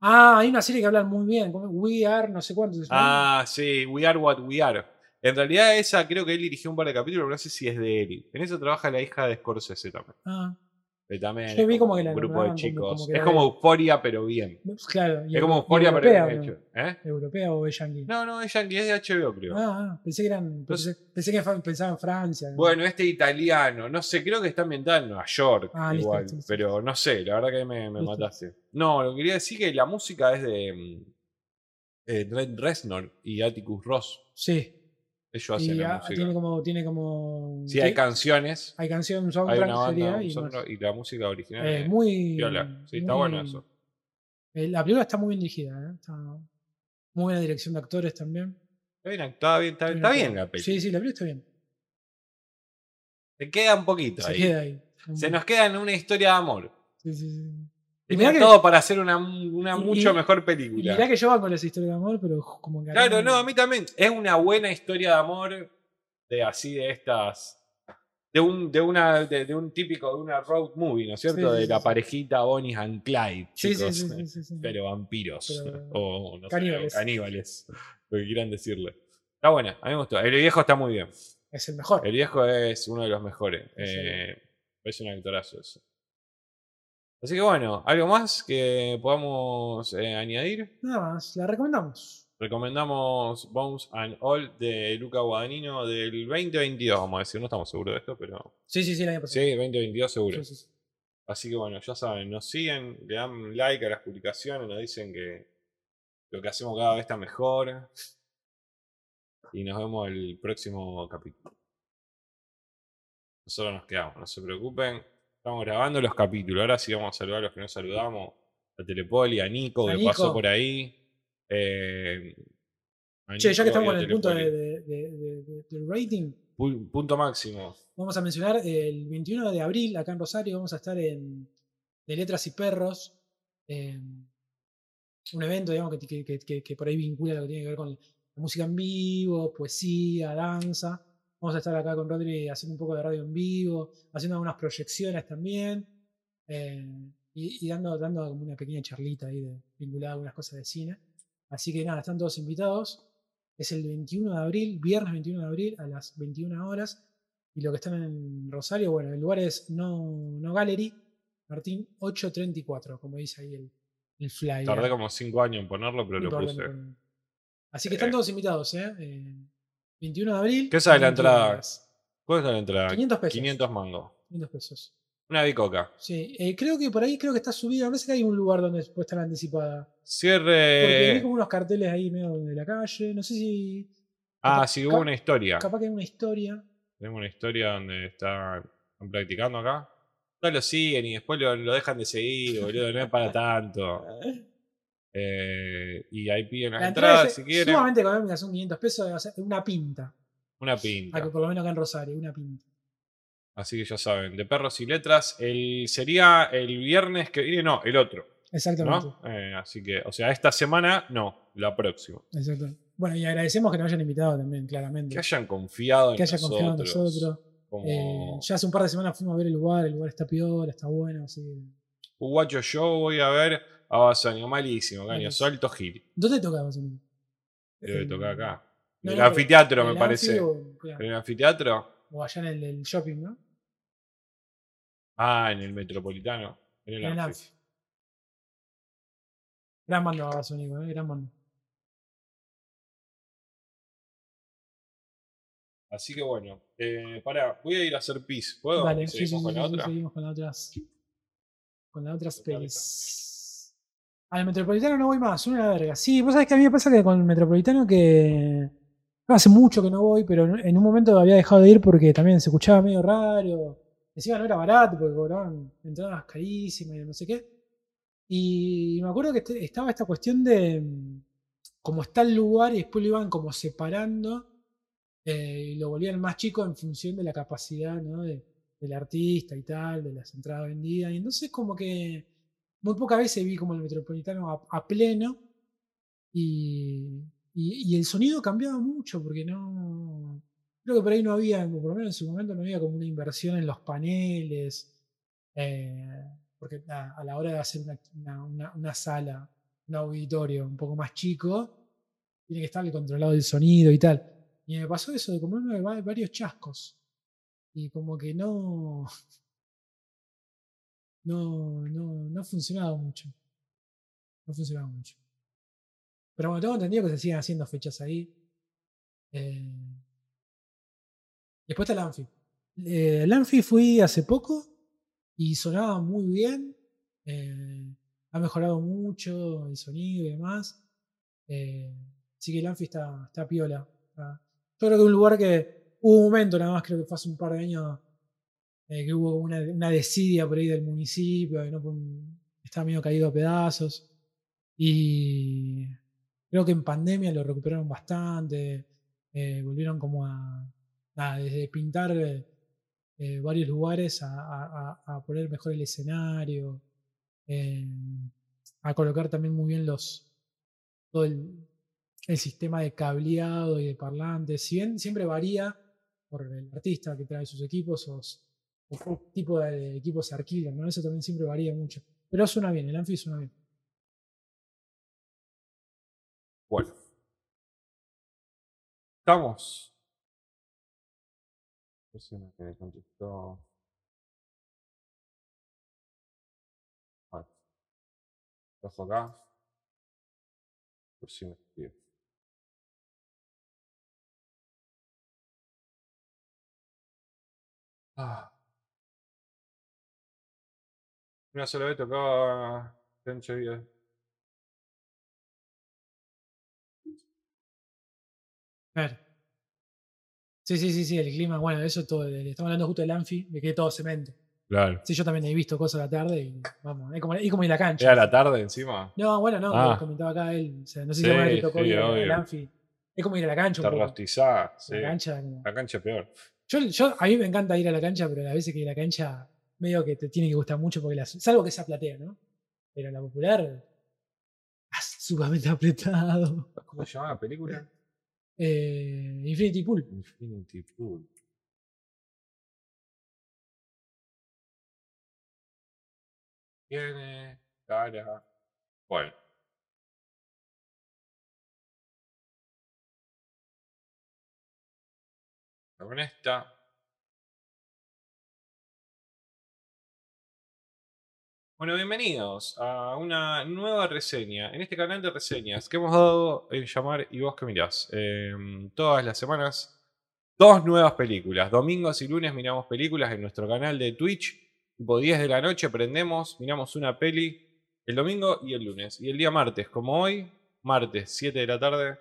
Speaker 2: Ah, hay una serie que hablan muy bien. como We Are, no sé cuánto. se llama.
Speaker 1: Ah, sí, We Are What We Are. En realidad esa creo que él dirigió un par de capítulos, pero no sé si es de él. En eso trabaja la hija de Scorsese también.
Speaker 2: Ah,
Speaker 1: que también
Speaker 2: Yo
Speaker 1: es
Speaker 2: vi como que
Speaker 1: un
Speaker 2: la
Speaker 1: grupo de
Speaker 2: nombraban como-
Speaker 1: chicos.
Speaker 2: como que
Speaker 1: es
Speaker 2: era
Speaker 1: como
Speaker 2: de-
Speaker 1: euforia, pero bien.
Speaker 2: claro. y
Speaker 1: es como
Speaker 2: euro- y
Speaker 1: euforia, pero
Speaker 2: europea,
Speaker 1: bien
Speaker 2: ¿o no?
Speaker 1: hecho. ¿Eh?
Speaker 2: ¿Europea o es yankee?
Speaker 1: No, no, es Yankee, es de HBO, creo.
Speaker 2: Ah, ah, pensé que eran. Pensé, pensé que fa- pensaba en Francia. ¿no?
Speaker 1: Bueno, este italiano, no sé, creo que está ambientado en Nueva York,
Speaker 2: Ah, listo,
Speaker 1: igual,
Speaker 2: listo, listo,
Speaker 1: pero no sé, la verdad que me, me
Speaker 2: Listo.
Speaker 1: mataste. No, lo que quería decir que la música es de mm, eh, Trent Reznor y Atticus Ross.
Speaker 2: Sí.
Speaker 1: Ellos hacen
Speaker 2: Y
Speaker 1: la
Speaker 2: ah,
Speaker 1: música.
Speaker 2: tiene como. Tiene como
Speaker 1: sí, hay
Speaker 2: ti-
Speaker 1: canciones,
Speaker 2: hay canción, un
Speaker 1: hay
Speaker 2: soundtrack
Speaker 1: una banda,
Speaker 2: sería,
Speaker 1: un
Speaker 2: y más.
Speaker 1: soundtrack, y, la música original.
Speaker 2: Eh,
Speaker 1: es-
Speaker 2: muy.
Speaker 1: piola. Sí, está
Speaker 2: muy-
Speaker 1: bueno eso.
Speaker 2: eh, la película está muy bien dirigida. ¿eh? Está muy buena dirección de actores también.
Speaker 1: Está bien, actuada, bien, Ah, está, está bien la peli.
Speaker 2: Sí, sí, la película está bien.
Speaker 1: Se queda un poquito
Speaker 2: Se
Speaker 1: ahí.
Speaker 2: queda ahí.
Speaker 1: Se nos queda en una historia de amor.
Speaker 2: Sí, sí, sí. Y mirá
Speaker 1: Tenía
Speaker 2: que-
Speaker 1: todo para hacer una, una
Speaker 2: y-
Speaker 1: mucho
Speaker 2: y-
Speaker 1: mejor
Speaker 2: Y
Speaker 1: película.
Speaker 2: Mirá que yo con las historias de amor, pero como que. acá
Speaker 1: Claro, no, a mí también. Es una buena historia de amor de así de estas. De un, de una, de, de un típico, de una road movie, ¿no es cierto?
Speaker 2: Sí, sí,
Speaker 1: de
Speaker 2: sí,
Speaker 1: la
Speaker 2: sí.
Speaker 1: parejita Bonnie and Clyde,
Speaker 2: Sí, sí,
Speaker 1: chicos.
Speaker 2: sí, sí, sí, sí.
Speaker 1: Pero vampiros.
Speaker 2: Pero-
Speaker 1: o no sé,
Speaker 2: Caníbales.
Speaker 1: caníbales. Lo que quieran decirle. Está buena, a mí me gustó. El viejo está muy bien.
Speaker 2: Es el mejor.
Speaker 1: El viejo es uno de los mejores.
Speaker 2: Sí, sí.
Speaker 1: Eh, es un actorazo eso. Así que bueno, ¿algo más que podamos eh, añadir?
Speaker 2: Nada más, la recomendamos.
Speaker 1: Recomendamos Bones and All de Luca Guadagnino del 2022, vamos a decir. No estamos seguros de esto, pero.
Speaker 2: Sí, sí, sí, el año pasado.
Speaker 1: Sí, 2022 seguro.
Speaker 2: Sí, sí, sí.
Speaker 1: Así que bueno, ya saben, nos siguen, le dan like a las publicaciones, nos dicen que lo que hacemos cada vez está mejor. Y nos vemos el próximo capítulo. Nosotros nos quedamos, no se preocupen. Estamos grabando los capítulos. Ahora sí vamos a saludar a los que no saludamos. A Telepoli, a Nico,
Speaker 2: A
Speaker 1: que pasó
Speaker 2: Nico.
Speaker 1: por ahí. Eh, a
Speaker 2: Che, ya que
Speaker 1: Nico y
Speaker 2: estamos
Speaker 1: a
Speaker 2: en el punto de,
Speaker 1: Telepoli.
Speaker 2: de- de- de- de- del rating,
Speaker 1: Pu- punto máximo.
Speaker 2: vamos a mencionar el 21 de abril acá en Rosario. Vamos a estar en De Letras y Perros. eh, un evento, digamos, que, que- que- que- que por ahí vincula lo que tiene que ver con la música en vivo, poesía, danza. Vamos a estar acá con Rodri haciendo un poco de radio en vivo, haciendo algunas proyecciones también. eh, y, y dando, dando como una pequeña charlita ahí de, vinculada a algunas cosas de cine. Así que nada, están todos invitados. Es el 21 de abril, viernes 21 de abril a las 21 horas. Y lo que están en Rosario, bueno, el lugar es No, no Gallery, Martín 834, como dice ahí el, el flyer.
Speaker 1: Tardé como 5 años en ponerlo, pero lo
Speaker 2: No importa,
Speaker 1: puse.
Speaker 2: no importa. Así que están
Speaker 1: Eh.
Speaker 2: todos invitados, ¿eh? Eh, 21 de abril.
Speaker 1: ¿Qué sale la
Speaker 2: 21
Speaker 1: entrada?
Speaker 2: horas.
Speaker 1: ¿Cuál es la entrada?
Speaker 2: 500 pesos.
Speaker 1: 500 mangos.
Speaker 2: 500 pesos.
Speaker 1: Una bicoca.
Speaker 2: Sí, eh, creo que por ahí creo que está subida. Me parece que hay un lugar donde puede estar anticipada. Porque vi
Speaker 1: Cierre.
Speaker 2: como unos carteles ahí medio de la calle. No sé si.
Speaker 1: Ah,
Speaker 2: capaz-
Speaker 1: sí, hubo
Speaker 2: cap-
Speaker 1: una historia.
Speaker 2: Capaz que hay una historia.
Speaker 1: Tenemos una historia donde están, están practicando acá. No lo siguen y después lo, lo dejan de seguir, boludo. No es para tanto. Eh, y ahí piden las
Speaker 2: La entrada
Speaker 1: entradas si
Speaker 2: es
Speaker 1: quieren.
Speaker 2: sumamente económica, son 500 pesos, o sea, una pinta.
Speaker 1: Una
Speaker 2: Ah,
Speaker 1: pinta.
Speaker 2: que por lo menos acá en Rosario, una pinta.
Speaker 1: Así que ya saben, de perros y letras. El, sería el viernes que viene, no, el otro.
Speaker 2: Exactamente.
Speaker 1: ¿no? Eh, así que, o sea, esta semana no, la próxima.
Speaker 2: exacto. Bueno, y agradecemos que nos hayan invitado también, claramente.
Speaker 1: Que hayan confiado en
Speaker 2: Que hayan
Speaker 1: nosotros.
Speaker 2: confiado en nosotros. Eh,
Speaker 1: Como
Speaker 2: ya hace un par de semanas fuimos a ver el lugar, el lugar está peor, está bueno. Así. que-
Speaker 1: un guacho yo voy a ver ah, a Basanio, malísimo, caño,
Speaker 2: Malísimo.
Speaker 1: Salto Gil.
Speaker 2: ¿Dónde tocabas? amigo?
Speaker 1: Debe
Speaker 2: En-
Speaker 1: tocar acá.
Speaker 2: No,
Speaker 1: el
Speaker 2: no, pero-
Speaker 1: anfiteatro,
Speaker 2: en
Speaker 1: me
Speaker 2: el
Speaker 1: parece.
Speaker 2: Anfi O, claro,
Speaker 1: ¿En el anfiteatro?
Speaker 2: o allá en el, el shopping, ¿no?
Speaker 1: Ah, en el metropolitano. En el,
Speaker 2: En el
Speaker 1: anfi.
Speaker 2: Anfi. Gran mando, Basónico, ¿eh? gran mando.
Speaker 1: Así que bueno, eh, pará, voy a ir a hacer pis. ¿Puedo?
Speaker 2: Vale, sí,
Speaker 1: Seguimos
Speaker 2: sí,
Speaker 1: con
Speaker 2: sí,
Speaker 1: la
Speaker 2: sí,
Speaker 1: otra.
Speaker 2: seguimos con la otra. Con la otra
Speaker 1: Metropolitano.
Speaker 2: space. Al Metropolitano no voy más, una verga. Sí, vos sabés que a mí me pasa que con el Metropolitano que. no, hace mucho que no voy, pero en- en un momento había dejado de ir porque también se escuchaba medio raro. Encima no era barato porque cobraban entradas carísimas y no sé qué. Y me acuerdo que este- estaba esta cuestión de. mm, Como está el lugar y después lo iban como separando eh, y lo volvían más chico en función de la capacidad ¿no? de, del artista y tal, de las entradas vendidas. Y entonces como que muy pocas veces vi como el Metropolitano a, a pleno y, y- y el sonido cambiaba mucho porque no... Creo que por ahí no había, o por lo menos en su momento no había como una inversión en los paneles, eh, porque a, a la hora de hacer una, una- una- una sala, un auditorio un poco más chico, tiene que estar controlado el sonido y tal. Y me pasó eso de comerme va- varios chascos. Y como que no. No, no, no funcionaba mucho. No funcionaba mucho. Pero bueno, tengo entendido que se siguen haciendo fechas ahí. Eh, Después está el Anfi. Eh, el Anfi fui hace poco y sonaba muy bien. Eh, ha mejorado mucho el sonido y demás. Eh, así que el Anfi está, está piola. Está- Yo creo que un lugar que hubo un momento, nada más creo que fue hace un par de años, eh, que hubo una, una desidia por ahí del municipio, que no, pon- estaba medio caído a pedazos. Y creo que en pandemia lo recuperaron bastante. eh, volvieron como a, nada, desde pintar eh, eh, varios lugares a, a- a- a poner mejor el escenario, eh, a colocar también muy bien los todo el, el sistema de cableado y de parlantes. Si bien siempre varía por el artista que trae sus equipos o, s- o qué tipo de equipos se alquilan, ¿no? Eso también siempre varía mucho. Pero suena bien, el Anfi suena bien.
Speaker 1: Bueno. Estamos. No sé lo que me contestó. Bueno. Dejo acá. Por si me escribe. Ah. Una sola vez tocaba Tencho Díaz.
Speaker 2: Claro. Sí, sí, sí, sí, el clima, bueno, eso todo, eh, estamos hablando justo del Anfi, de que todo cemento.
Speaker 1: Claro.
Speaker 2: Sí, yo también he visto cosas a la tarde y vamos, es como, es como ir a la cancha.
Speaker 1: ¿Era la tarde encima?
Speaker 2: No, bueno, no,
Speaker 1: Ah.
Speaker 2: lo comentaba acá él. o sea, no sé si
Speaker 1: Sí,
Speaker 2: alguna vez te tocó
Speaker 1: sí,
Speaker 2: ir al- al
Speaker 1: obvio.
Speaker 2: Anfi. Es como ir a la cancha
Speaker 1: Está
Speaker 2: un poco.
Speaker 1: rostizada, sí.
Speaker 2: La cancha, como-
Speaker 1: La cancha es peor.
Speaker 2: Yo, yo- a mí me encanta ir a la cancha, pero a veces que ir a la cancha medio que te tiene que gustar mucho porque la, salvo que sea platea, ¿no? Pero la popular ah, sumamente apretado.
Speaker 1: ¿Cómo se llamaba la película?
Speaker 2: Eh, Infinity Pool.
Speaker 1: Infinity Pool. Tiene cara. Bueno. Con esta. Bueno, bienvenidos a una nueva reseña. En este canal de reseñas que hemos dado en llamar y vos que mirás. Em, todas las semanas, dos nuevas películas. Domingos y lunes miramos películas en nuestro canal de Twitch. Tipo 10 de la noche prendemos, miramos una peli el domingo y el lunes. Y el día martes, como hoy, martes 7 de la tarde,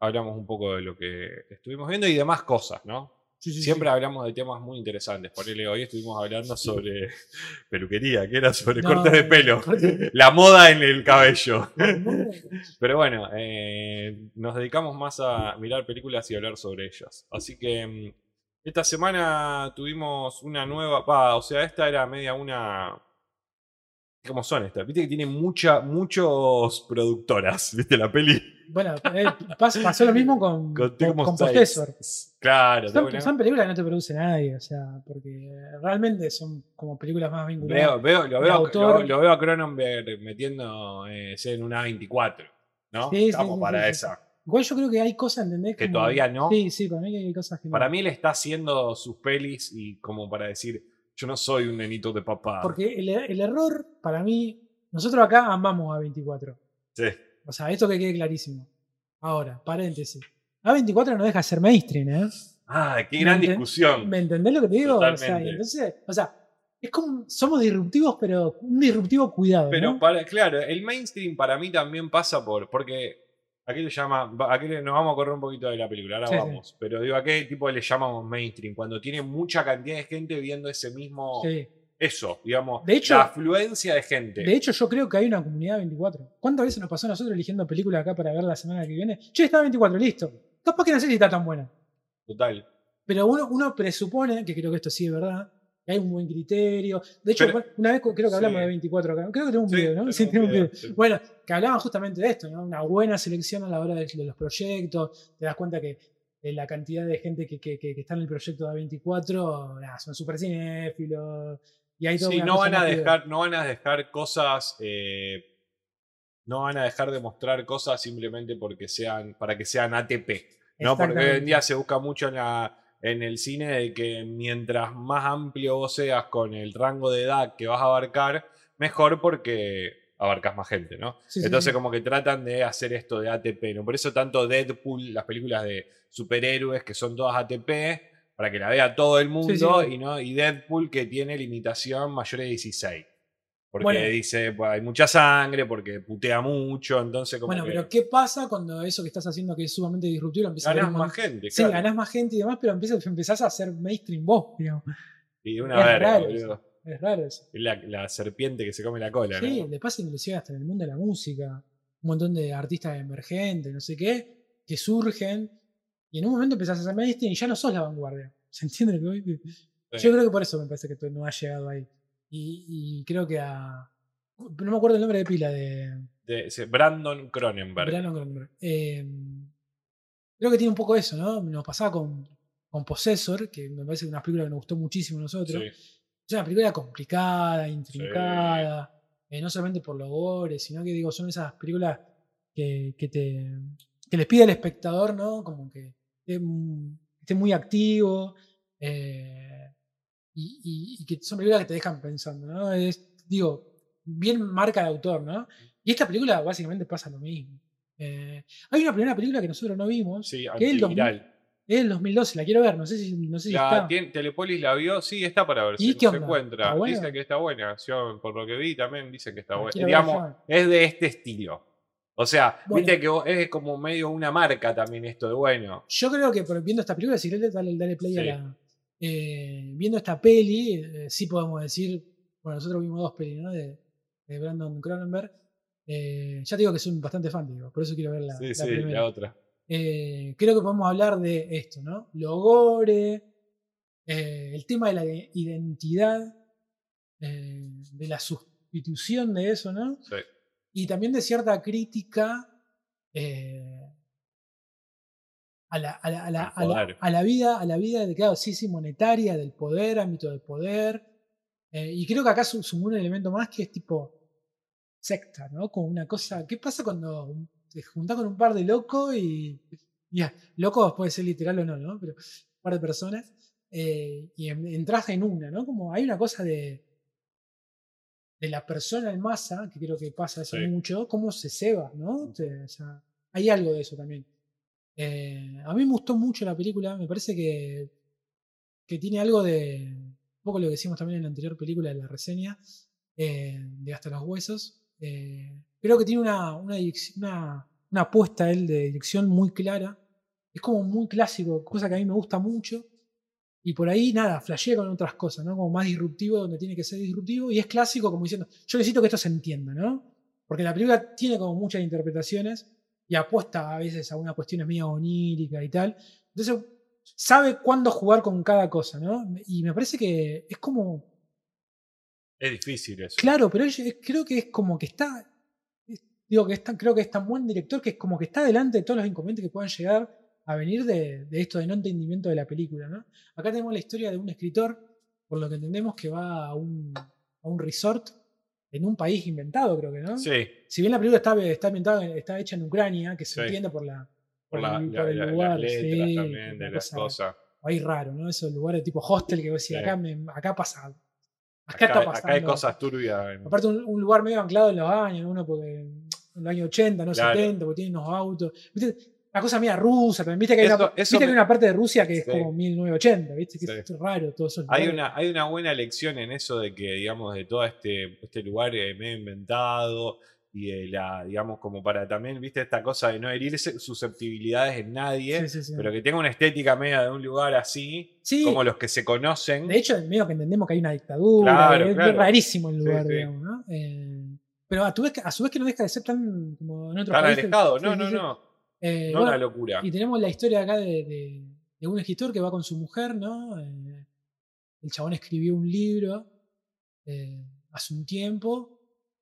Speaker 1: hablamos un poco de lo que estuvimos viendo y demás cosas, ¿no?
Speaker 2: Sí, sí, sí.
Speaker 1: Siempre hablamos de temas muy interesantes. Ponele, hoy estuvimos hablando sobre peluquería, que era sobre
Speaker 2: No, eh,
Speaker 1: cortes de pelo.
Speaker 2: corte de-
Speaker 1: La moda en el cabello. Pero bueno, eh, nos dedicamos más a mirar películas y hablar sobre ellas. Así que mm, esta semana tuvimos una nueva. va, o sea, esta era media una. ¿Cómo son estas? Viste que tiene mucha, muchos productoras. ¿Viste la peli?
Speaker 2: Bueno, eh, pas- pasó lo mismo con, con,
Speaker 1: Tecmo
Speaker 2: con
Speaker 1: Styles.
Speaker 2: Possessor.
Speaker 1: Claro, tengo
Speaker 2: Son,
Speaker 1: una-
Speaker 2: son películas que no te produce nadie, o sea, porque realmente son como películas más
Speaker 1: Veo,
Speaker 2: vinculadas.
Speaker 1: veo, lo,
Speaker 2: El
Speaker 1: veo,
Speaker 2: autor.
Speaker 1: lo- lo veo a Cronenberg metiendo eh, en una 24. ¿No?
Speaker 2: Sí, sí,
Speaker 1: Estamos
Speaker 2: sí,
Speaker 1: para
Speaker 2: sí, sí.
Speaker 1: esa.
Speaker 2: Igual yo creo que hay cosas, ¿entendés?
Speaker 1: Que
Speaker 2: Como-
Speaker 1: todavía no.
Speaker 2: Sí, sí, para mí que hay cosas que no.
Speaker 1: Para mí él está haciendo sus pelis y como para decir, yo no soy un nenito de papá.
Speaker 2: Porque el, er, el error, para mí, nosotros acá amamos a 24.
Speaker 1: Sí.
Speaker 2: O sea, esto que quede clarísimo. Ahora, paréntesis. A24 no deja de ser mainstream, ¿eh?
Speaker 1: Ah, qué gran
Speaker 2: ¿Me enten-
Speaker 1: discusión.
Speaker 2: ¿Me entendés lo que te digo? O sea, y
Speaker 1: Totalmente.
Speaker 2: entonces, o sea, es como, somos disruptivos, pero un disruptivo cuidado.
Speaker 1: Pero
Speaker 2: ¿no?
Speaker 1: para, claro, el mainstream para mí también pasa por. Porque aquí le llama. va- Aquí le- nos vamos a correr un poquito de la película, ahora
Speaker 2: Sí, sí.
Speaker 1: vamos. Pero digo, ¿a qué tipo le llamamos mainstream? Cuando tiene mucha cantidad de gente viendo ese mismo.
Speaker 2: Sí.
Speaker 1: Eso, digamos.
Speaker 2: De hecho-
Speaker 1: la afluencia de gente.
Speaker 2: De hecho, yo creo que hay una comunidad 24. ¿Cuántas veces nos pasó a nosotros eligiendo películas acá para ver la semana que viene? Che, está 24, listo. Capaz que no sé si está tan buena.
Speaker 1: total.
Speaker 2: Pero uno, uno presupone, que creo que esto sí es verdad, que hay un buen criterio. De hecho,
Speaker 1: Pero-
Speaker 2: una vez co- creo que hablamos
Speaker 1: sí.
Speaker 2: de 24 acá. Creo que tengo un
Speaker 1: Sí,
Speaker 2: video, ¿no? Sí,
Speaker 1: tenemos
Speaker 2: tengo un
Speaker 1: video,
Speaker 2: video.
Speaker 1: sí.
Speaker 2: Bueno, que hablaban justamente de esto, ¿no? Una buena selección a la hora de, de los proyectos. Te das cuenta que eh, la cantidad de gente que, que- que- que está en el proyecto de 24 nada, son super cinéfilos. Y hay todo
Speaker 1: Sí, no van a dejar, no van a dejar cosas. eh, no van a dejar de mostrar cosas simplemente porque sean, para que sean ATP. ¿no? Porque hoy en día se busca mucho en, la- en el cine de que mientras más amplio vos seas con el rango de edad que vas a abarcar, mejor porque abarcas más gente, ¿no? Entonces como que tratan de hacer esto de ATP, ¿no? Por eso tanto Deadpool, las películas de superhéroes que son todas ATP, para que la vea todo el mundo,
Speaker 2: Sí, sí, obvio.
Speaker 1: y no y Deadpool que tiene limitación mayor de 16. Porque
Speaker 2: Bueno.
Speaker 1: dice, "Bueno, hay mucha sangre, porque putea mucho, entonces como
Speaker 2: Bueno,
Speaker 1: que
Speaker 2: pero ¿qué pasa cuando eso que estás haciendo que es sumamente disruptivo empieza a ver
Speaker 1: ganás
Speaker 2: un mon-
Speaker 1: más gente.
Speaker 2: Sí,
Speaker 1: claro.
Speaker 2: ganás más gente y demás, pero empiezas- empezás a hacer mainstream vos, digamos.
Speaker 1: Y una
Speaker 2: Es
Speaker 1: verga,
Speaker 2: raro
Speaker 1: boludo.
Speaker 2: eso. Es raro eso.
Speaker 1: Es La, la serpiente que se come la cola,
Speaker 2: Sí,
Speaker 1: ¿no?
Speaker 2: le pasa inclusive hasta en el mundo de la música. Un montón de artistas emergentes, no sé qué, que surgen y en un momento empezás a hacer mainstream y ya no sos la vanguardia. ¿Se entiende lo que voy?
Speaker 1: Sí.
Speaker 2: Yo creo que por eso me parece que tú no has llegado ahí. Y, y creo que a. No me acuerdo el nombre de pila de
Speaker 1: De- se- Brandon Cronenberg.
Speaker 2: Brandon Cronenberg. Eh, creo que tiene un poco eso, ¿no? Nos pasaba con, con Possessor, que me parece una película que nos gustó muchísimo a nosotros.
Speaker 1: Sí.
Speaker 2: Es una película complicada, intrincada, eh, no solamente por los gores, sino que digo, son esas películas que, que te que les pide al espectador, ¿no? Como que esté, mu- esté muy activo eh, y, y- y que son películas que te dejan pensando, ¿no? Es, digo, bien marca de autor, ¿no? Y esta película básicamente pasa lo mismo. Eh, hay una primera película que nosotros no vimos,
Speaker 1: Sí,
Speaker 2: que es el
Speaker 1: antiviral.
Speaker 2: es del 2012, la quiero ver, no sé si, no sé si
Speaker 1: La,
Speaker 2: está.
Speaker 1: tien- Telepolis la vio, sí, está para ver
Speaker 2: ¿Y
Speaker 1: si
Speaker 2: qué
Speaker 1: se
Speaker 2: onda?
Speaker 1: encuentra.
Speaker 2: ¿Está buena?
Speaker 1: Dicen que está buena. Yo, por lo que vi, también dicen que está
Speaker 2: La
Speaker 1: buena.
Speaker 2: quiero ver
Speaker 1: Digamos,
Speaker 2: yo.
Speaker 1: es de este estilo. O sea,
Speaker 2: Bueno.
Speaker 1: viste que vos- es como medio una marca también esto de bueno.
Speaker 2: Yo creo que por- viendo esta película, si querés dale, dale play a
Speaker 1: Sí.
Speaker 2: la. eh, viendo esta peli, eh, sí podemos decir. Bueno, nosotros vimos dos pelis, ¿no? De, de Brandon Cronenberg. Eh, ya te digo que soy bastante fan, te digo, por eso quiero ver la,
Speaker 1: sí,
Speaker 2: la
Speaker 1: sí,
Speaker 2: primera.
Speaker 1: la otra.
Speaker 2: Eh, creo que podemos hablar de esto, ¿no? Lo gore, eh, el tema de la de- identidad, eh, de la sustitución de eso, ¿no?
Speaker 1: Sí.
Speaker 2: y también de cierta crítica eh, a, la, a la- a la-
Speaker 1: Al
Speaker 2: a la-
Speaker 1: poder.
Speaker 2: a la vida, a la vida de, claro, sí, sí, monetaria, del poder, ámbito del poder. Eh, y creo que acá su- sumó un elemento más que es tipo secta, ¿no? Como una cosa. ¿Qué pasa cuando te juntás con un par de locos y. Ya, locos puede ser literal o no, ¿no? Pero un par de personas. eh, y en- entras en una, ¿no? Como hay una cosa de. de la persona en masa, que creo que pasa eso
Speaker 3: Sí.
Speaker 2: mucho, cómo se ceba, ¿no? Te- o sea, hay algo de eso también. Eh, a mí me gustó mucho la película, me parece que, que tiene algo de, un poco lo que decimos también en la anterior película de la reseña, eh, de Hasta los Huesos. Eh, creo que tiene una, una, direc- una, una apuesta él de dirección muy clara. Es como muy clásico, cosa que a mí me gusta mucho. Y por ahí, nada, flashea con otras cosas, ¿no? Como más disruptivo donde tiene que ser disruptivo. Y es clásico como diciendo, yo necesito que esto se entienda, ¿no? Porque la película tiene como muchas interpretaciones y apuesta a veces a unas cuestiones medio oníricas y tal. Entonces, sabe cuándo jugar con cada cosa, ¿no? Y me parece que es como
Speaker 1: Es difícil eso.
Speaker 2: Claro, pero yo creo que es como que está. es- Digo que es tan- creo que es tan buen director que es como que está delante de todos los inconvenientes que puedan llegar a venir de, de esto de no entendimiento de la película, ¿no? Acá tenemos la historia de un escritor, por lo que entendemos que va a un, a un resort en un país inventado, creo que, ¿no?
Speaker 1: Sí,
Speaker 2: Si bien la película está, está ambientada, en- está hecha en Ucrania, que se
Speaker 1: Sí.
Speaker 2: entiende por la.
Speaker 1: por, la-
Speaker 2: el-
Speaker 1: la-
Speaker 2: por el
Speaker 1: la-
Speaker 2: lugar,
Speaker 1: las letras
Speaker 2: sí,
Speaker 1: también, de
Speaker 2: una
Speaker 1: las
Speaker 2: cosa-
Speaker 1: cosas.
Speaker 2: Ahí raro, ¿no? Esos lugares tipo hostel que vos decís,
Speaker 1: Sí.
Speaker 2: acá, me- acá pasa. Acá, está
Speaker 1: Acá,
Speaker 2: pasando.
Speaker 1: acá hay cosas turbias. en-
Speaker 2: Aparte, un, un lugar medio anclado en los años, uno porque en los años 80, no
Speaker 1: Claro.
Speaker 2: 70, porque tienen unos autos. ¿Viste? La cosa mía rusa también. Viste que hay,
Speaker 1: Eso-
Speaker 2: una,
Speaker 1: eso
Speaker 2: viste que
Speaker 1: me-
Speaker 2: hay una parte de Rusia que es
Speaker 1: Sí.
Speaker 2: como 1980, ¿viste? Que
Speaker 1: Sí.
Speaker 2: es raro todo eso.
Speaker 1: Hay una, hay una buena lección en eso de que, digamos, de todo este, este lugar eh, medio inventado y de la, digamos, como para también, viste, esta cosa de no herir se- susceptibilidades en nadie,
Speaker 2: Sí, sí, sí.
Speaker 1: pero que tenga una estética media de un lugar así,
Speaker 2: Sí,
Speaker 1: como los que se conocen.
Speaker 2: de hecho, medio que entendemos que hay una dictadura.
Speaker 1: Claro,
Speaker 2: es, es
Speaker 1: claro.
Speaker 2: rarísimo el
Speaker 1: Sí,
Speaker 2: lugar,
Speaker 1: sí.
Speaker 2: digamos, ¿no? Eh, pero a, tu vez que- a su vez que no deja de ser tan como en otros
Speaker 1: Están
Speaker 2: países.
Speaker 1: alejados.
Speaker 2: Sí,
Speaker 1: No,
Speaker 2: sí,
Speaker 1: no,
Speaker 2: sí.
Speaker 1: no.
Speaker 2: Eh,
Speaker 1: No
Speaker 2: bueno,
Speaker 1: una locura.
Speaker 2: Y tenemos la historia acá de, de- de un escritor que va con su mujer, ¿no? Eh, el chabón escribió un libro eh, hace un tiempo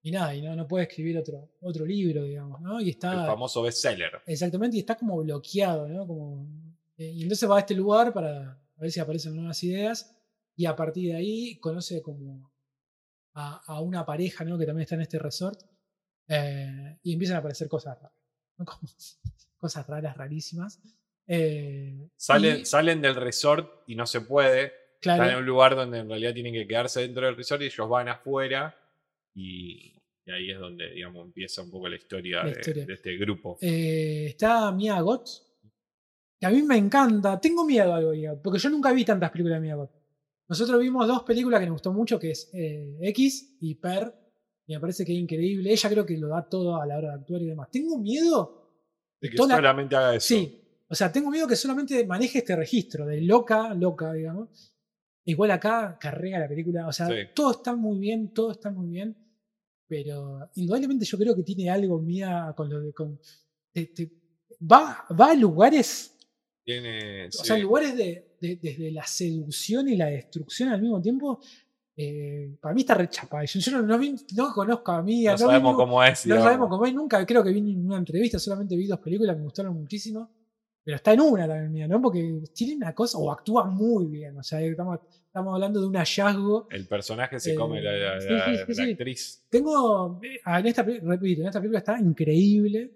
Speaker 2: y nada, y no, no puede escribir otro, otro libro, digamos, ¿no? Y
Speaker 1: El
Speaker 2: está.
Speaker 1: famoso bestseller.
Speaker 2: Exactamente, y está como bloqueado, ¿no? Como, eh, y entonces va a este lugar para ver si aparecen nuevas ideas y a partir de ahí conoce como a, a una pareja, ¿no? Que también está en este resort eh, y empiezan a aparecer cosas raras, ¿no? Como cosas raras, rarísimas. Eh,
Speaker 1: Salen,
Speaker 2: y,
Speaker 1: salen del resort y no se puede. Están en
Speaker 2: claro,
Speaker 1: un lugar donde en realidad tienen que quedarse dentro del resort y ellos van afuera. Y, y ahí es donde, digamos, empieza un poco la historia, de-
Speaker 2: La historia.
Speaker 1: De, este grupo.
Speaker 2: eh, está Mia Gott, que a mí me encanta. Tengo miedo a algo, Mia Gott, porque yo nunca vi tantas películas de Mia Gott. Nosotros vimos dos películas que nos gustó mucho, que es eh, X y Per. Y me parece que es increíble. Ella creo que lo da todo a la hora de actuar y demás. Tengo miedo.
Speaker 1: De que
Speaker 2: toda la-
Speaker 1: solamente haga eso.
Speaker 2: Sí. O sea, tengo miedo que solamente maneje este registro de loca, loca, digamos. Igual acá carrega la película. O sea,
Speaker 1: Sí.
Speaker 2: todo está muy bien, todo está muy bien. Pero indudablemente yo creo que tiene algo mía con lo de. Con, te- te- va, va a lugares
Speaker 1: Tiene,
Speaker 2: o
Speaker 1: sí,
Speaker 2: sea, lugares de, de- desde la seducción y la destrucción al mismo tiempo, eh, para mí está re chapa. Yo, yo no, no vi- no conozco a mí,
Speaker 1: no
Speaker 2: no, vi
Speaker 1: sabemos
Speaker 2: nu-
Speaker 1: cómo es.
Speaker 2: no
Speaker 1: digamos.
Speaker 2: sabemos cómo es, nunca creo que vi ninguna entrevista, solamente vi dos películas, me gustaron muchísimo. Pero está en una también mía, ¿no? Porque tiene una cosa, o actúa muy bien. O sea, estamos, estamos hablando de un hallazgo.
Speaker 1: El personaje se
Speaker 2: Eh,
Speaker 1: come la, la-
Speaker 2: sí, sí,
Speaker 1: la-
Speaker 2: sí,
Speaker 1: la
Speaker 2: sí.
Speaker 1: actriz.
Speaker 2: Tengo, eh, en esta, peli- repito, en esta película está increíble,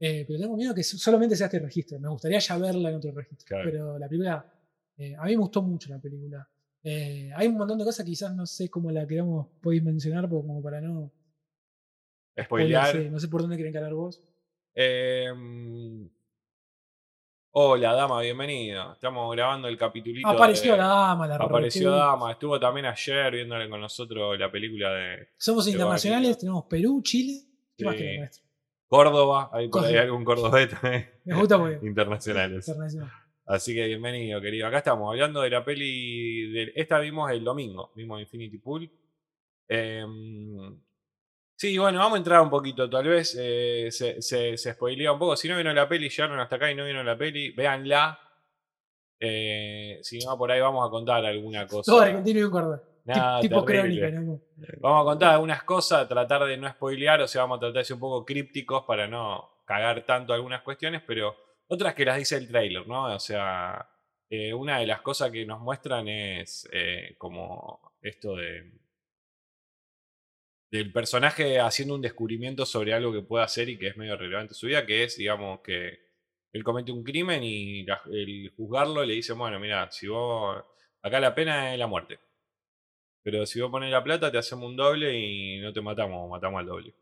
Speaker 2: eh, pero tengo miedo que so- solamente sea este registro. Me gustaría ya verla en otro registro.
Speaker 1: Claro.
Speaker 2: Pero la película, eh, a mí me gustó mucho la película. Eh, hay un montón de cosas que quizás no sé cómo la queramos podéis mencionar, po- como para no
Speaker 1: Spoilear.
Speaker 2: spoilearse. No sé por dónde quieren calar vos.
Speaker 1: Eh, hola, dama, bienvenido. Estamos grabando el capitulito.
Speaker 2: Apareció
Speaker 1: de-
Speaker 2: la dama, la
Speaker 1: Apareció
Speaker 2: rompí.
Speaker 1: Dama, estuvo también ayer viéndole con nosotros la película de
Speaker 2: Somos
Speaker 1: Llegó
Speaker 2: internacionales,
Speaker 1: aquí.
Speaker 2: tenemos Perú, Chile. ¿Qué más
Speaker 1: Sí.
Speaker 2: querés, maestro?
Speaker 1: Córdoba. Hay por ahí
Speaker 2: Córdoba.
Speaker 1: algún cordobés también.
Speaker 2: Me gusta porque.
Speaker 1: Internacionales.
Speaker 2: internacional.
Speaker 1: Así que bienvenido, querido. Acá estamos hablando de la peli. de- esta vimos el domingo, vimos Infinity Pool. Em, sí, bueno, vamos a entrar un poquito, tal vez eh, se, se, se spoilea un poco. Si no vieron la peli, llegaron hasta acá y no vieron la peli, véanla. Eh, si no, por ahí vamos a contar alguna cosa.
Speaker 2: Todo argentino y un cordón.
Speaker 1: Nada,
Speaker 2: tipo
Speaker 1: terrible.
Speaker 2: crónica, ¿no?
Speaker 1: Vamos a contar algunas cosas, tratar de no spoilear, o sea, vamos a tratar de ser un poco crípticos para no cagar tanto algunas cuestiones, pero otras que las dice el trailer, ¿no? O sea, eh, una de las cosas que nos muestran es eh, como esto de del personaje haciendo un descubrimiento sobre algo que puede hacer y que es medio relevante en su vida, que es, digamos, que él comete un crimen y la- el juzgarlo le dice, bueno, mira, si vos, acá la pena es la muerte. Pero si vos pones la plata, te hacemos un doble y no te matamos, matamos al doble.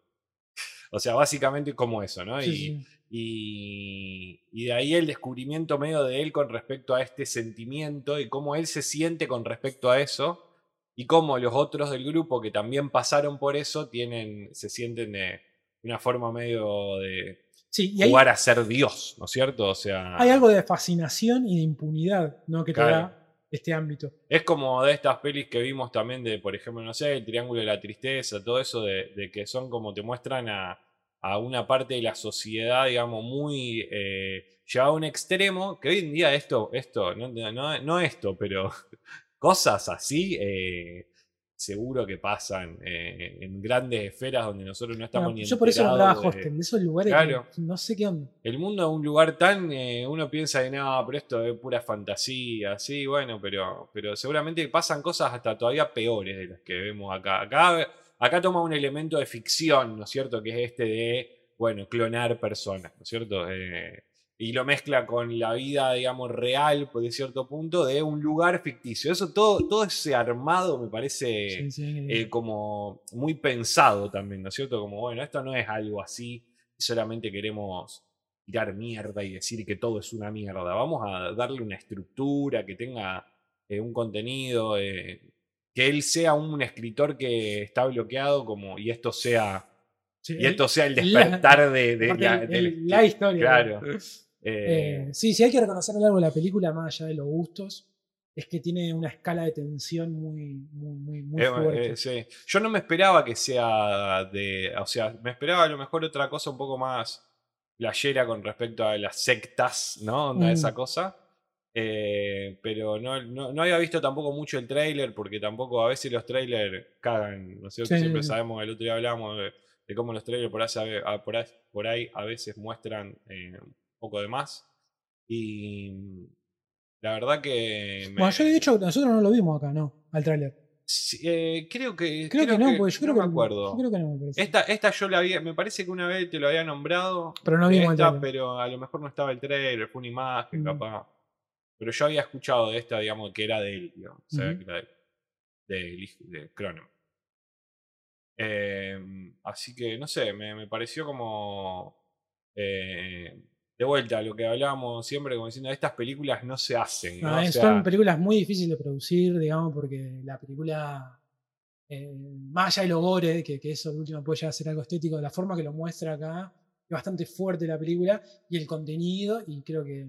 Speaker 1: O sea, básicamente como eso, ¿no?
Speaker 2: Sí,
Speaker 1: y,
Speaker 2: sí.
Speaker 1: y, y de ahí el descubrimiento medio de él con respecto a este sentimiento y cómo él se siente con respecto a eso y cómo los otros del grupo que también pasaron por eso tienen, se sienten de una forma medio de
Speaker 2: Sí, y hay,
Speaker 1: jugar a ser Dios, ¿no es cierto? O sea,
Speaker 2: hay algo de fascinación y de impunidad ¿no? que te
Speaker 1: Claro.
Speaker 2: da este ámbito.
Speaker 1: es como de estas pelis que vimos también de, por ejemplo, no sé, el Triángulo de la Tristeza, todo eso de, de que son como te muestran a, a una parte de la sociedad, digamos, muy eh, llevada a un extremo, que hoy en día esto, esto, no, no, no esto, pero cosas así eh, seguro que pasan eh, en grandes esferas donde nosotros no estamos
Speaker 2: Bueno,
Speaker 1: ni
Speaker 2: Ah, yo por eso nombraba
Speaker 1: enterados de-
Speaker 2: Hostel, de esos lugares
Speaker 1: Claro.
Speaker 2: que no sé qué onda.
Speaker 1: el mundo es un lugar tan. eh, uno piensa de no, pero esto es pura fantasía, sí, bueno, pero, pero seguramente pasan cosas hasta todavía peores de las que vemos acá. Acá, acá toma un elemento de ficción, ¿no es cierto? Que es este de, bueno, clonar personas, ¿no es cierto? Eh, y lo mezcla con la vida, digamos, real, por de cierto punto, de un lugar ficticio. Eso, todo, todo ese armado me parece
Speaker 2: Sí, sí,
Speaker 1: eh, como muy pensado también, ¿no es cierto? Como, bueno, esto no es algo así, solamente queremos tirar mierda y decir que todo es una mierda. Vamos a darle una estructura, que tenga eh, un contenido, eh, que él sea un, escritor que está bloqueado como, y esto sea,
Speaker 2: sí,
Speaker 1: y esto sea el
Speaker 2: la-
Speaker 1: despertar de, de
Speaker 2: aparte
Speaker 1: la,
Speaker 2: el-
Speaker 1: del
Speaker 2: el-
Speaker 1: escri-
Speaker 2: la historia.
Speaker 1: Claro.
Speaker 2: Eh,
Speaker 1: Eh,
Speaker 2: sí, sí, hay que reconocer algo de la película, más allá de los gustos, es que tiene una escala de tensión muy, muy, muy, muy
Speaker 1: Eh, bueno,
Speaker 2: fuerte.
Speaker 1: eh, sí. Yo no me esperaba que sea de. O sea, me esperaba a lo mejor otra cosa un poco más playera con respecto a las sectas, ¿no? Onda,
Speaker 2: Mm.
Speaker 1: esa cosa. Eh, pero no, no, no había visto tampoco mucho el tráiler, porque tampoco a veces los trailers cagan, ¿no es cierto?
Speaker 2: Sí,
Speaker 1: Siempre
Speaker 2: sí, sí.
Speaker 1: sabemos, el otro día hablamos de, de cómo los trailers por, ahí se- a- por ahí, por ahí a veces muestran eh, un poco de más. Y la verdad que...
Speaker 2: bueno,
Speaker 1: me-
Speaker 2: yo de hecho, nosotros no lo vimos acá, ¿no? Al tráiler.
Speaker 1: Sí, eh, creo que.
Speaker 2: Creo, que no, porque yo creo
Speaker 1: me
Speaker 2: que
Speaker 1: acuerdo.
Speaker 2: Yo creo que no me parece.
Speaker 1: Esta, esta yo la había. Me parece que una vez te lo había nombrado.
Speaker 2: pero no
Speaker 1: esta,
Speaker 2: vimos el tráiler.
Speaker 1: pero a lo mejor no estaba el trailer, fue una imagen,
Speaker 2: Mm.
Speaker 1: capaz. Pero yo había escuchado de esta, digamos, que era de él, digamos. o sea,
Speaker 2: Ujú.
Speaker 1: que era de él. Del hij- de Cronen. Em, así que, no sé, me, me pareció como. eh, de vuelta a lo que hablábamos siempre, como diciendo, estas películas no se hacen. ¿no?
Speaker 2: No,
Speaker 1: O
Speaker 2: es-
Speaker 1: sea,
Speaker 2: Ah, son películas muy difíciles de producir, digamos, porque la película, eh, más allá de lo gore, que, que eso al último puede llegar a ser algo estético, la forma que lo muestra acá, es bastante fuerte la película, y el contenido, y creo que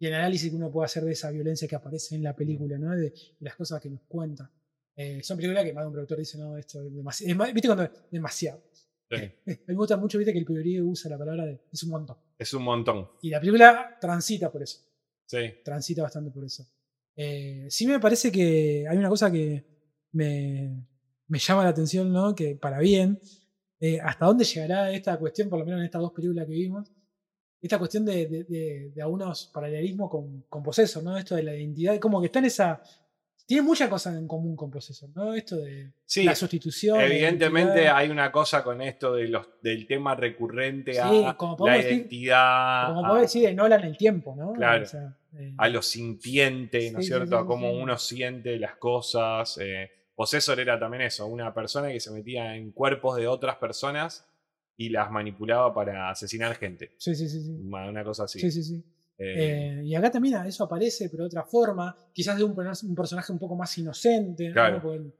Speaker 2: y el análisis que uno puede hacer de esa violencia que aparece
Speaker 1: Mm.
Speaker 2: en la película, ¿no? De, de las cosas que nos cuenta. Eh, son películas que más de un productor dice, no, esto es demasiado. ¿Viste cuando es demasiado?
Speaker 1: sí,
Speaker 2: A mí me gusta mucho, viste, que el priorío usa la palabra de, es un montón.
Speaker 1: es un montón.
Speaker 2: Y la película transita por eso
Speaker 1: Sí.
Speaker 2: transita bastante por eso. Eh, sí me parece que hay una cosa que me, me llama la atención, ¿no? Que para bien, eh, ¿hasta dónde llegará esta cuestión, por lo menos en estas dos películas que vimos? Esta cuestión de, de, de- de algunos paralelismos con, con Possessor, ¿no? Esto de la identidad, como que está en esa... Tiene muchas cosas en común con Possessor, ¿no? Esto de
Speaker 1: Sí,
Speaker 2: la sustitución. la
Speaker 1: Evidentemente
Speaker 2: identidad.
Speaker 1: hay una cosa con esto de los, del tema recurrente a
Speaker 2: Sí, como
Speaker 1: la
Speaker 2: podemos decir-
Speaker 1: identidad,
Speaker 2: Como
Speaker 1: a,
Speaker 2: podés decir, de Nolan el tiempo, ¿no?
Speaker 1: Claro.
Speaker 2: sea, eh,
Speaker 1: a lo sintiente, ¿no es
Speaker 2: Sí, sí,
Speaker 1: cierto?
Speaker 2: sí,
Speaker 1: a cómo
Speaker 2: sí.
Speaker 1: uno siente las cosas. Eh, Possessor era también eso, una persona que se metía en cuerpos de otras personas y las manipulaba para asesinar gente.
Speaker 2: sí, sí, sí, sí.
Speaker 1: Ma- Una cosa así.
Speaker 2: Sí, sí, sí.
Speaker 1: Eh,
Speaker 2: Eh, y acá también a eso aparece, pero de otra forma, quizás de un, perso- un personaje un poco más inocente, ¿no?
Speaker 1: Claro.
Speaker 2: Porque,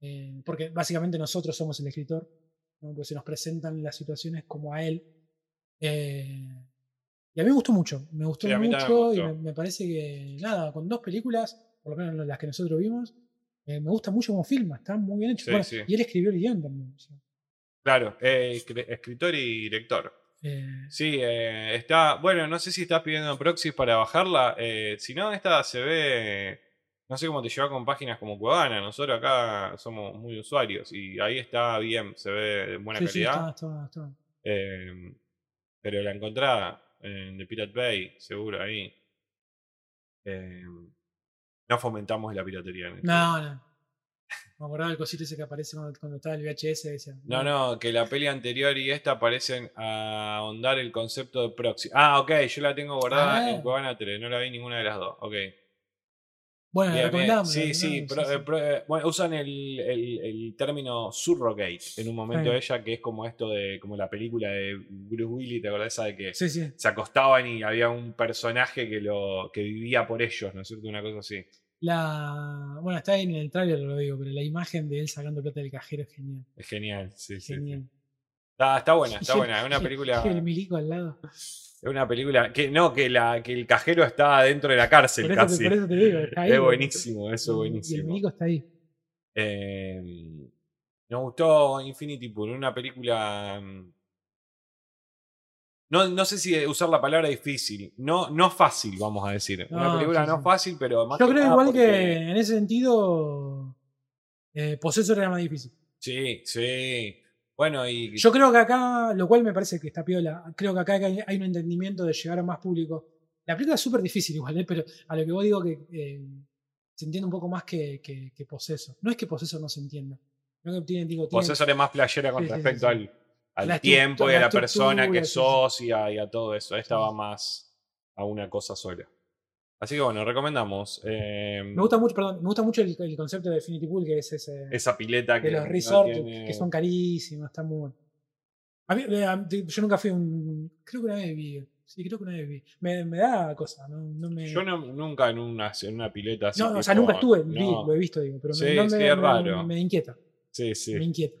Speaker 2: eh, porque básicamente nosotros somos el escritor, ¿no? Porque se nos presentan las situaciones como a él. Eh, y a mí me gustó mucho, me gustó
Speaker 1: Sí, a mí
Speaker 2: mucho
Speaker 1: también me
Speaker 2: y me,
Speaker 1: gustó.
Speaker 2: me parece que, nada, con dos películas, por lo menos las que nosotros vimos, eh, me gusta mucho como filma, está muy bien hecho.
Speaker 1: Sí,
Speaker 2: Bueno,
Speaker 1: sí.
Speaker 2: Y él escribió el guión también. o sea,
Speaker 1: claro, eh, escri- escritor y director.
Speaker 2: eh,
Speaker 1: Sí, eh, está. Bueno, no sé si estás pidiendo proxies para bajarla. eh, si no, esta se ve. No sé cómo te lleva con páginas como Cuevana. Nosotros acá somos muy usuarios y ahí está bien, se ve de buena
Speaker 2: sí, sí,
Speaker 1: calidad.
Speaker 2: está- está- está.
Speaker 1: eh, pero la encontrá en The Pirate Bay, seguro, ahí. Eh, no fomentamos la piratería. en este
Speaker 2: No, no. Me acordaba del cosito ese que aparece cuando, cuando estaba el VHS. decía,
Speaker 1: No, no, que la peli anterior y esta parecen ahondar el concepto de proxy. Ah, ok, yo la tengo guardada en
Speaker 2: Ah.
Speaker 1: Cuevana 3, no la vi ninguna de las dos. Ok.
Speaker 2: Bueno,
Speaker 1: Bien, bien.
Speaker 2: recomendamos.
Speaker 1: Sí, sí,
Speaker 2: recomendamos,
Speaker 1: pro- eh, pro- eh, bueno, usan el, el- el término surrogate en un momento
Speaker 2: Sí.
Speaker 1: ella, que es como esto de, como la película de Bruce Willis, ¿te acordás esa de que
Speaker 2: sí. sí, sí.
Speaker 1: se acostaban y había un personaje que lo que vivía por ellos, ¿no es cierto? Una cosa así.
Speaker 2: La, bueno, está en el trailer, lo digo, pero la imagen de él sacando plata del cajero es genial.
Speaker 1: Es genial, sí, sí, sí.
Speaker 2: genial.
Speaker 1: Está, está buena, está
Speaker 2: Y-
Speaker 1: buena. Es una
Speaker 2: y-
Speaker 1: película.
Speaker 2: y El milico al lado.
Speaker 1: Es una película. Que no, que la, que el cajero está dentro de la cárcel
Speaker 2: Por eso,
Speaker 1: casi.
Speaker 2: te, por eso te digo. está ahí,
Speaker 1: es buenísimo, eso es
Speaker 2: y- Y el
Speaker 1: buenísimo.
Speaker 2: milico está ahí.
Speaker 1: Eh, nos gustó Infinity Pool, una película. mm, No, no sé si usar la palabra difícil, no, no fácil, vamos a decir. una
Speaker 2: No,
Speaker 1: película
Speaker 2: sí,
Speaker 1: no
Speaker 2: sí.
Speaker 1: fácil, pero más
Speaker 2: Yo
Speaker 1: que
Speaker 2: creo
Speaker 1: nada
Speaker 2: igual que
Speaker 1: porque-
Speaker 2: en ese sentido, eh, Possessor era más difícil.
Speaker 1: Sí, sí. Bueno, y.
Speaker 2: Yo creo que acá, lo cual me parece que está piola, creo que acá hay hay un entendimiento de llegar a más público. La película es súper difícil igual, ¿eh? pero a lo que vos digo que eh, se entiende un poco más que, que, que Possessor. No es que Possessor no se entienda. No que tiene, digo, tiene-
Speaker 1: Possessor es más playera con
Speaker 2: Sí, sí, sí,
Speaker 1: respecto
Speaker 2: sí.
Speaker 1: al, al
Speaker 2: La estructu-
Speaker 1: tiempo y a
Speaker 2: la
Speaker 1: la persona
Speaker 2: estructura,
Speaker 1: que
Speaker 2: sí, sí.
Speaker 1: sos y a, y a todo eso. Esta
Speaker 2: Sí.
Speaker 1: va más a una cosa sola. Así que bueno, recomendamos eh,
Speaker 2: me gusta mucho, perdón, me gusta mucho el, el concepto de Infinity Pool, que es ese
Speaker 1: esa pileta que
Speaker 2: de los
Speaker 1: no
Speaker 2: resorts, que-
Speaker 1: tiene-
Speaker 2: que son carísimos, está muy bueno. A mí, eh, a mí- yo nunca fui un. Creo que una vez vi. Sí, creo que una vez vi. Me, me da cosa, no, no me.
Speaker 1: Yo no- nunca en una, en una pileta así.
Speaker 2: No, no, o sea,
Speaker 1: tipo,
Speaker 2: nunca estuve, eh. vi,
Speaker 1: no.
Speaker 2: lo he visto, digo, pero me-
Speaker 1: Sí,
Speaker 2: no me,
Speaker 1: sí, es
Speaker 2: me-
Speaker 1: raro.
Speaker 2: me inquieta,
Speaker 1: Sí,
Speaker 2: me
Speaker 1: sí.
Speaker 2: inquieta.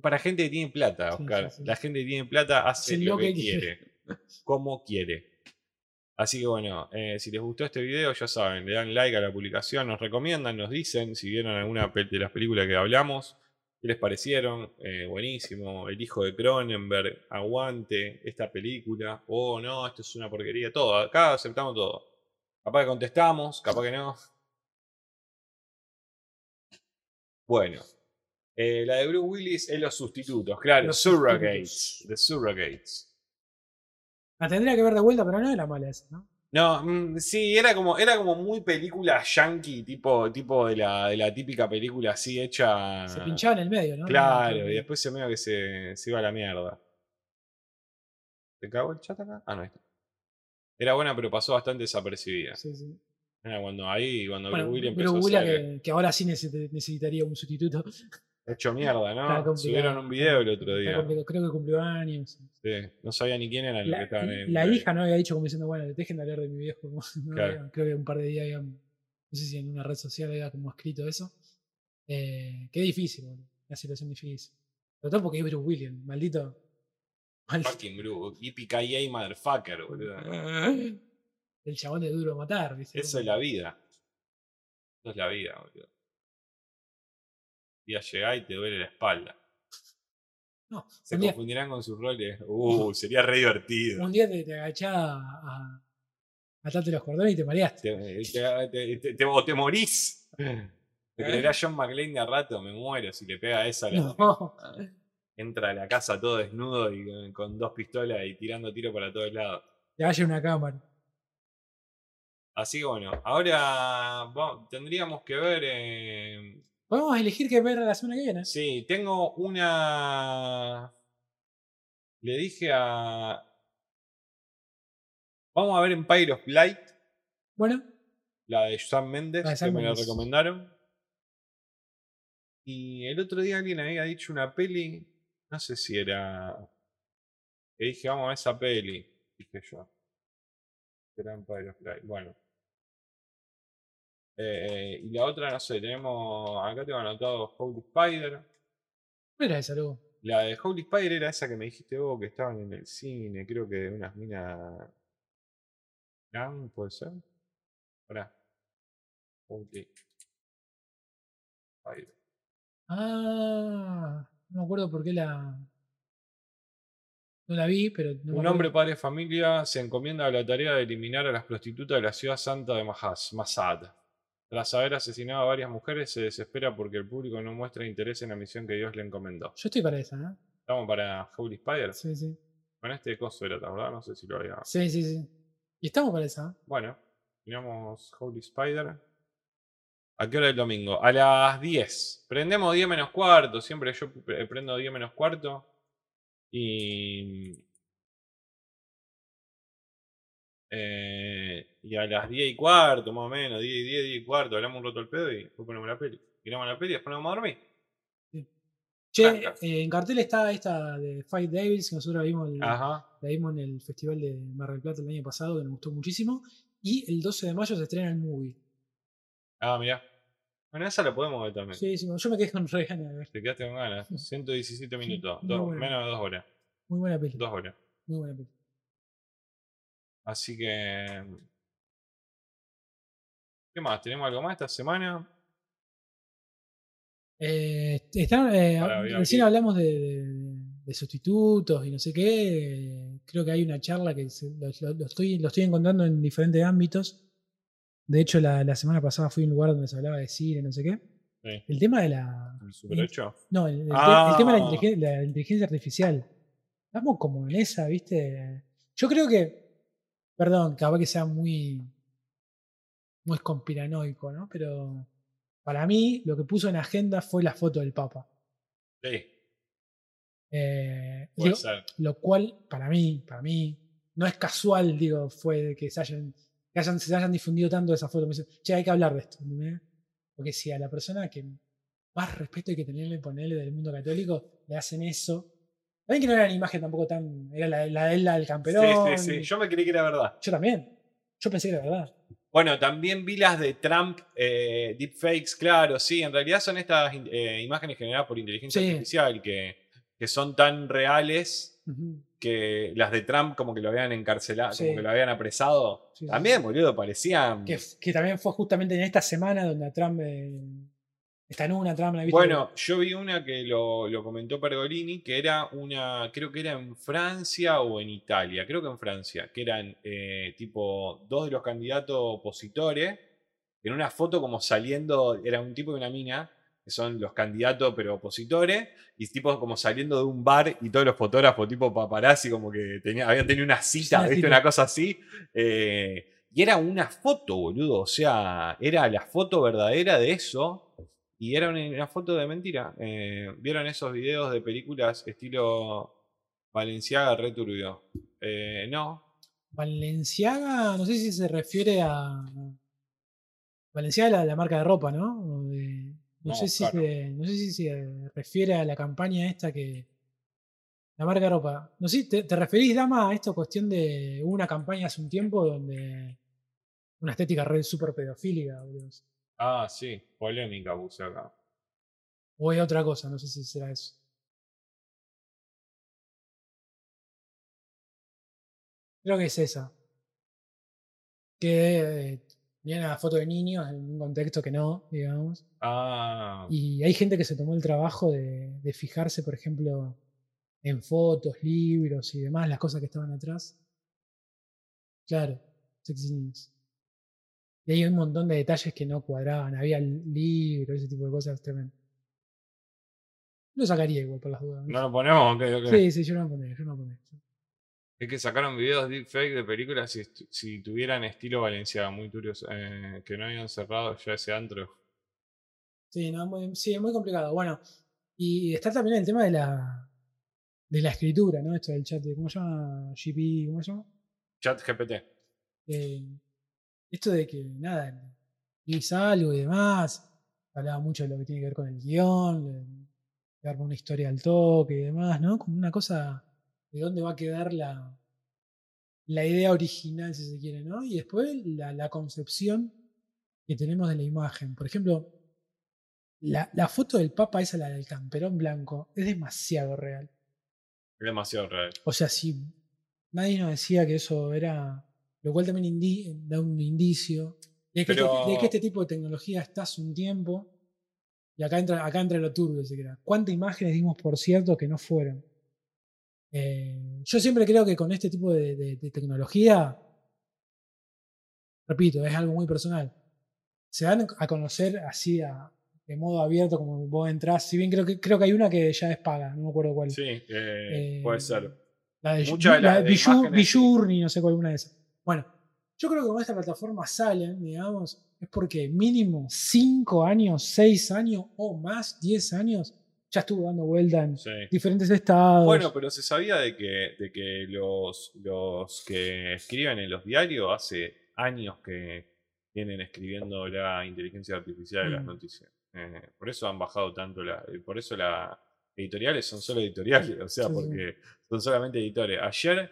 Speaker 1: Para gente que tiene plata,
Speaker 2: Sí,
Speaker 1: Oscar.
Speaker 2: sí, sí.
Speaker 1: La gente que tiene plata hace
Speaker 2: Sí,
Speaker 1: lo
Speaker 2: lo
Speaker 1: que
Speaker 2: que
Speaker 1: quiere. Como quiere. Así que bueno, eh, si les gustó este video, ya saben, le dan like a la publicación, nos recomiendan, nos dicen si vieron alguna pe- de las películas que hablamos, qué les parecieron, eh, buenísimo, El hijo de Cronenberg, aguante esta película, oh no, esto es una porquería, todo, acá aceptamos todo. Capaz que contestamos, capaz que no. Bueno, eh, la de Bruce Willis es Los Sustitutos, claro,
Speaker 2: Los
Speaker 1: Surrogates, The Surrogates.
Speaker 2: La tendría que ver de vuelta, pero no era mala esa, ¿no?
Speaker 1: No, mm, sí, era como, era como muy película yankee, tipo, tipo de la, de la típica película así hecha.
Speaker 2: Se pinchaba en el medio, Ah, ¿no?
Speaker 1: Ah. Claro, y después se medio que se, se iba a la mierda. ¿Te cago el chat acá? Ah, no, ahí está. Era buena, pero pasó bastante desapercibida.
Speaker 2: Sí, sí.
Speaker 1: Era cuando ahí, cuando
Speaker 2: Bueno,
Speaker 1: Bruce Willis
Speaker 2: pero
Speaker 1: empezó a
Speaker 2: Willa
Speaker 1: ser
Speaker 2: que, que ahora sí necesit- necesitaría un sustituto.
Speaker 1: hecho mierda,
Speaker 2: Está
Speaker 1: ¿no?
Speaker 2: complicado,
Speaker 1: Subieron un video el otro
Speaker 2: Está
Speaker 1: día.
Speaker 2: complicado, Creo que cumplió años.
Speaker 1: Sí, no sabía ni quién eran los que
Speaker 2: La,
Speaker 1: estaban ahí.
Speaker 2: la hija no había dicho como diciendo, bueno, dejen de hablar de mi viejo. como, ¿no?
Speaker 1: Claro.
Speaker 2: Creo que un par de días habían, no sé si en una red social había como escrito eso. Eh, qué difícil, boludo, una situación difícil. Sobre todo porque es Bruce Williams, maldito. Maldito.
Speaker 1: Fucking Bruce. Yippee motherfucker, boludo.
Speaker 2: El chabón de duro de matar, ¿viste?
Speaker 1: Ah. Eso es la vida. Eso es la vida, boludo. Un día llegás y te duele la espalda.
Speaker 2: No,
Speaker 1: Se
Speaker 2: un día-
Speaker 1: confundirán con sus roles. Uh, sería re divertido.
Speaker 2: Un día te, te agachás a, a atarte los cordones y te mareaste.
Speaker 1: Te, te- te- te- te- o te morís. Te creerá John McClane de a rato, me muero si le pega esa. a la-
Speaker 2: No.
Speaker 1: Entra a la casa todo desnudo y con, con dos pistolas y tirando tiro para todos lados.
Speaker 2: Te vaya una cámara.
Speaker 1: Así que bueno, ahora va- tendríamos que ver eh,
Speaker 2: Podemos elegir qué ver la semana que viene.
Speaker 1: Sí, tengo una. Le dije a. Vamos a ver Empire of Light,
Speaker 2: Bueno,
Speaker 1: la de Sam Méndez,
Speaker 2: La de
Speaker 1: que
Speaker 2: Sam
Speaker 1: me la
Speaker 2: Mendes.
Speaker 1: recomendaron. Y el otro día alguien había dicho una peli, no sé si era. Le dije, vamos a ver esa peli, dije yo. Era Empire of Light, bueno. Eh, eh, y la otra, no sé, tenemos. Acá tengo anotado Holy Spider.
Speaker 2: ¿cuál era esa, loco?
Speaker 1: La de Holy Spider era esa que me dijiste vos que estaban en el cine, creo que de unas minas. ¿Nam? ¿Puede ser? Pará. Holy Spider.
Speaker 2: Ah, no me acuerdo por qué la. No la vi, pero. no me
Speaker 1: Un
Speaker 2: acuerdo.
Speaker 1: hombre padre de familia se encomienda a la tarea de eliminar a las prostitutas de la ciudad santa de Mahaz, Masad. Tras haber asesinado a varias mujeres, se desespera porque el público no muestra interés en la misión que Dios le encomendó.
Speaker 2: Yo estoy para esa, ¿eh?
Speaker 1: Estamos para Holy Spider.
Speaker 2: Sí, sí.
Speaker 1: Con este coso era, la verdad, no sé si lo había.
Speaker 2: Sí, sí, sí. Y estamos para esa. ¿eh?
Speaker 1: Bueno, miramos Holy Spider. ¿A qué hora el domingo? A las 10. Prendemos 10 menos cuarto. Siempre yo pre- eh, prendo 10 menos mm, cuarto. Y. Eh, y a las 10 y cuarto, más o menos, 10 y 10, 10 y cuarto, hablamos un rato al pedo y después ponemos la peli. Miramos la peli y después nos vamos a dormir.
Speaker 2: Che,
Speaker 1: Tranca.
Speaker 2: eh, en cartel está esta de Fight Devils, que nosotros la vimos, el-
Speaker 1: Ajá.
Speaker 2: la vimos en el Festival de Mar del Plata el año pasado, que nos gustó muchísimo. Y el 12 de mayo se estrena el movie.
Speaker 1: Ah, mirá. Bueno, esa la podemos ver también.
Speaker 2: Sí, sí, yo me quedé con re ganas de ver.
Speaker 1: Te quedaste con ganas. 117 minutos.
Speaker 2: muy
Speaker 1: dos-
Speaker 2: bueno.
Speaker 1: Menos de dos horas.
Speaker 2: Muy buena peli.
Speaker 1: Dos horas.
Speaker 2: Muy buena peli.
Speaker 1: Así que. mm. ¿Qué más? ¿Tenemos algo más esta semana?
Speaker 2: Eh, está- eh,
Speaker 1: Pará, voy a
Speaker 2: recién
Speaker 1: abrir.
Speaker 2: hablamos de, de- de sustitutos y no sé qué. eh, Creo que hay una charla que se- lo, lo- lo estoy, lo estoy encontrando en diferentes ámbitos. De hecho, la, la semana pasada fui a un lugar donde se hablaba de cine, no sé qué.
Speaker 1: Sí.
Speaker 2: El tema de la.
Speaker 1: ¿El Super 8?
Speaker 2: No, el, el te-
Speaker 1: Ah.
Speaker 2: el tema de la inteligencia, la inteligencia artificial. Estamos como en esa, ¿viste? Yo creo que. Perdón, capaz que sea muy. Muy conspiranoico, ¿no? Pero. Para mí, lo que puso en agenda fue la foto del Papa.
Speaker 1: Sí,
Speaker 2: Eh,
Speaker 1: puede
Speaker 2: digo,
Speaker 1: ser.
Speaker 2: lo cual, para mí, para mí, no es casual, digo, fue que se hayan, que hayan, se hayan difundido tanto esas fotos. Me dicen, che, hay que hablar de esto. ¿entendés? Porque si a la persona que más respeto hay que tenerle, ponerle del mundo católico, le hacen eso. También que no era una imagen tampoco tan. Era la, la, la del camperón.
Speaker 1: Sí, sí, sí. Yo me creí que era verdad.
Speaker 2: Yo también. Yo pensé que era verdad.
Speaker 1: Bueno, también vi las de Trump, eh, deepfakes, claro, sí, en realidad son estas in- eh, imágenes generadas por inteligencia
Speaker 2: Sí.
Speaker 1: artificial que, que son tan reales
Speaker 2: Ujú.
Speaker 1: que las de Trump como que lo habían encarcelado,
Speaker 2: Sí.
Speaker 1: como que lo habían apresado.
Speaker 2: Sí, sí,
Speaker 1: también,
Speaker 2: sí.
Speaker 1: boludo, parecían...
Speaker 2: Que, que también fue justamente en esta semana donde a Trump. eh, está en una Trump, ¿la viste?
Speaker 1: Bueno, yo vi una que lo, lo comentó Pergolini, que era una, creo que era en Francia o en Italia, creo que en Francia, que eran eh, tipo dos de los candidatos opositores, en una foto como saliendo, era un tipo de una mina, que son los candidatos pero opositores, y tipo como saliendo de un bar y todos los fotógrafos tipo paparazzi como que tenía, habían tenido una cita,
Speaker 2: Una
Speaker 1: ¿viste?
Speaker 2: cita.
Speaker 1: Una cosa así. eh, y era una foto, boludo, o sea, era la foto verdadera de eso. Y era una, una foto de mentira. Eh, ¿Vieron esos videos de películas estilo Valenciaga returbio? Eh, no.
Speaker 2: Valenciaga, no sé si se refiere a. Valenciaga, la, la marca de ropa, ¿no? O de- no,
Speaker 1: No,
Speaker 2: sé si
Speaker 1: claro.
Speaker 2: se, no sé si se refiere a la campaña esta que. La marca de ropa. No sé, ¿te, te referís, Dama, a esto cuestión de. Hubo una campaña hace un tiempo donde. Una estética red súper pedofílica, boludo.
Speaker 1: Ah, sí. Polémica puse acá.
Speaker 2: O es otra cosa, no sé si será eso. Creo que es esa. Que eh, viene la foto de niños en un contexto que no, digamos.
Speaker 1: Ah.
Speaker 2: Y hay gente que se tomó el trabajo de, de fijarse, por ejemplo, en fotos, libros y demás, las cosas que estaban atrás. Claro, sexy niños. Y hay un montón de detalles que no cuadraban. Había libros, ese tipo de cosas tremendo. Lo sacaría igual por las dudas.
Speaker 1: No lo ponemos, ok, ok.
Speaker 2: Sí, sí, yo no lo pondría, yo no lo pondría.
Speaker 1: Es que sacaron videos deepfake de películas si, estu- si tuvieran estilo Valenciaga, muy curioso. eh, que no habían cerrado ya ese antro.
Speaker 2: Sí, no, muy- sí, es muy complicado. Bueno, y está también el tema de la de la escritura, ¿no? Esto del chat, de- ¿cómo se llama? GP, ¿cómo se llama?
Speaker 1: Chat GPT.
Speaker 2: Eh, esto de que nada, hice algo y demás, hablaba mucho de lo que tiene que ver con el guión, de- de armar una historia al toque y demás, ¿no? Como una cosa de dónde va a quedar la, la idea original, si se quiere, ¿no? Y después la, la concepción que tenemos de la imagen. Por ejemplo, la, la foto del Papa, esa la del camperón blanco, es demasiado real.
Speaker 1: Es demasiado real.
Speaker 2: O sea, si nadie nos decía que eso era. Lo cual también indi- da un indicio de que,
Speaker 1: Pero-
Speaker 2: este, de que este tipo de tecnología está hace un tiempo. Y acá entra, acá entra lo turbio, si querés. ¿Cuántas imágenes dimos por cierto que no fueron? Eh, yo siempre creo que con este tipo de, de- de tecnología, repito, es algo muy personal. Se dan a conocer así a- de modo abierto como vos entrás. Si bien creo que, creo que hay una que ya es paga, no me acuerdo cuál.
Speaker 1: Sí, eh,
Speaker 2: Eh,
Speaker 1: puede ser.
Speaker 2: La de,
Speaker 1: Muchas de
Speaker 2: la
Speaker 1: las
Speaker 2: de
Speaker 1: de
Speaker 2: Bijou-
Speaker 1: imágenes,
Speaker 2: Bijourney, no sé cuál una de esas. Bueno, yo creo que cuando esta plataforma salen, digamos, es porque mínimo 5 años, 6 años o más, 10 años ya estuvo dando vuelta en
Speaker 1: Sí.
Speaker 2: diferentes estados.
Speaker 1: Bueno, pero se sabía de que, de que los, los que escriben en los diarios hace años que vienen escribiendo la inteligencia artificial de las
Speaker 2: Mm.
Speaker 1: noticias. Eh, por eso han bajado tanto la. eh, Por eso las editoriales son solo editoriales, o sea,
Speaker 2: Sí, sí.
Speaker 1: porque son solamente editores. Ayer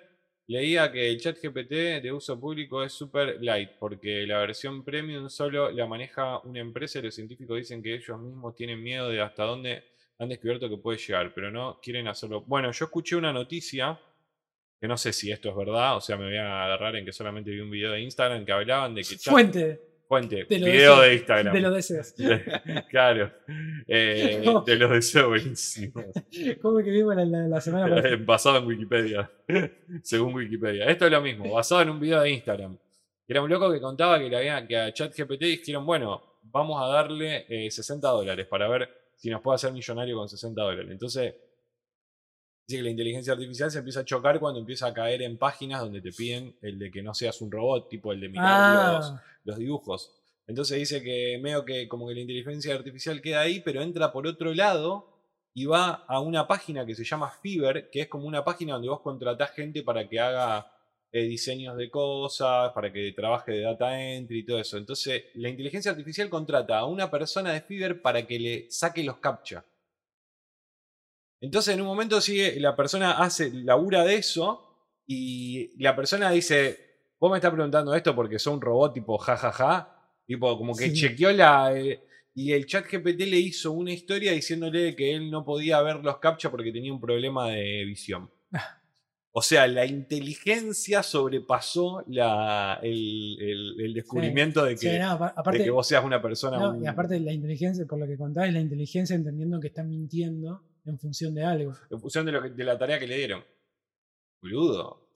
Speaker 1: leía que el chat GPT de uso público es super light, porque la versión premium solo la maneja una empresa y los científicos dicen que ellos mismos tienen miedo de hasta dónde han descubierto que puede llegar, pero no quieren hacerlo. Bueno, yo escuché una noticia, que no sé si esto es verdad, o sea, me voy a agarrar en que solamente vi un video de Instagram que hablaban de que chat-
Speaker 2: fuente
Speaker 1: fuente,
Speaker 2: de lo
Speaker 1: video
Speaker 2: deseo-
Speaker 1: de Instagram.
Speaker 2: de los deseos.
Speaker 1: claro. Eh,
Speaker 2: No.
Speaker 1: De los deseos buenísimos.
Speaker 2: ¿Cómo que vimos la, la- la semana pasada?
Speaker 1: Eh, basado en Wikipedia. Según Wikipedia. Esto es lo mismo, basado en un video de Instagram. Era un loco que contaba que, le había, que a ChatGPT dijeron, bueno, vamos a darle eh, 60 dólares para ver si nos puede hacer millonario con 60 dólares. Entonces, dice que la inteligencia artificial se empieza a chocar cuando empieza a caer en páginas donde te piden el de que no seas un robot, tipo el de mirar los-
Speaker 2: Ah,
Speaker 1: los dibujos. Entonces dice que medio que como que la inteligencia artificial queda ahí, pero entra por otro lado y va a una página que se llama Fiverr, que es como una página donde vos contratás gente para que haga eh, diseños de cosas, para que trabaje de data entry y todo eso. Entonces la inteligencia artificial contrata a una persona de Fiverr para que le saque los captcha. Entonces en un momento sigue, la persona hace, labura de eso y la persona dice, vos me estás preguntando esto porque sos un robot tipo jajaja, tipo como que
Speaker 2: Sí.
Speaker 1: chequeó la... eh, y el chat GPT le hizo una historia diciéndole que él no podía ver los captcha porque tenía un problema de visión. O sea, la inteligencia sobrepasó la, el, el- el descubrimiento de, que,
Speaker 2: sí, no, apa-
Speaker 1: de
Speaker 2: aparte,
Speaker 1: que vos seas una persona...
Speaker 2: no, y
Speaker 1: un-
Speaker 2: aparte la inteligencia, por lo que contás, es la inteligencia entendiendo que está mintiendo en función de algo.
Speaker 1: en función de, lo que- de la tarea que le dieron. Boludo,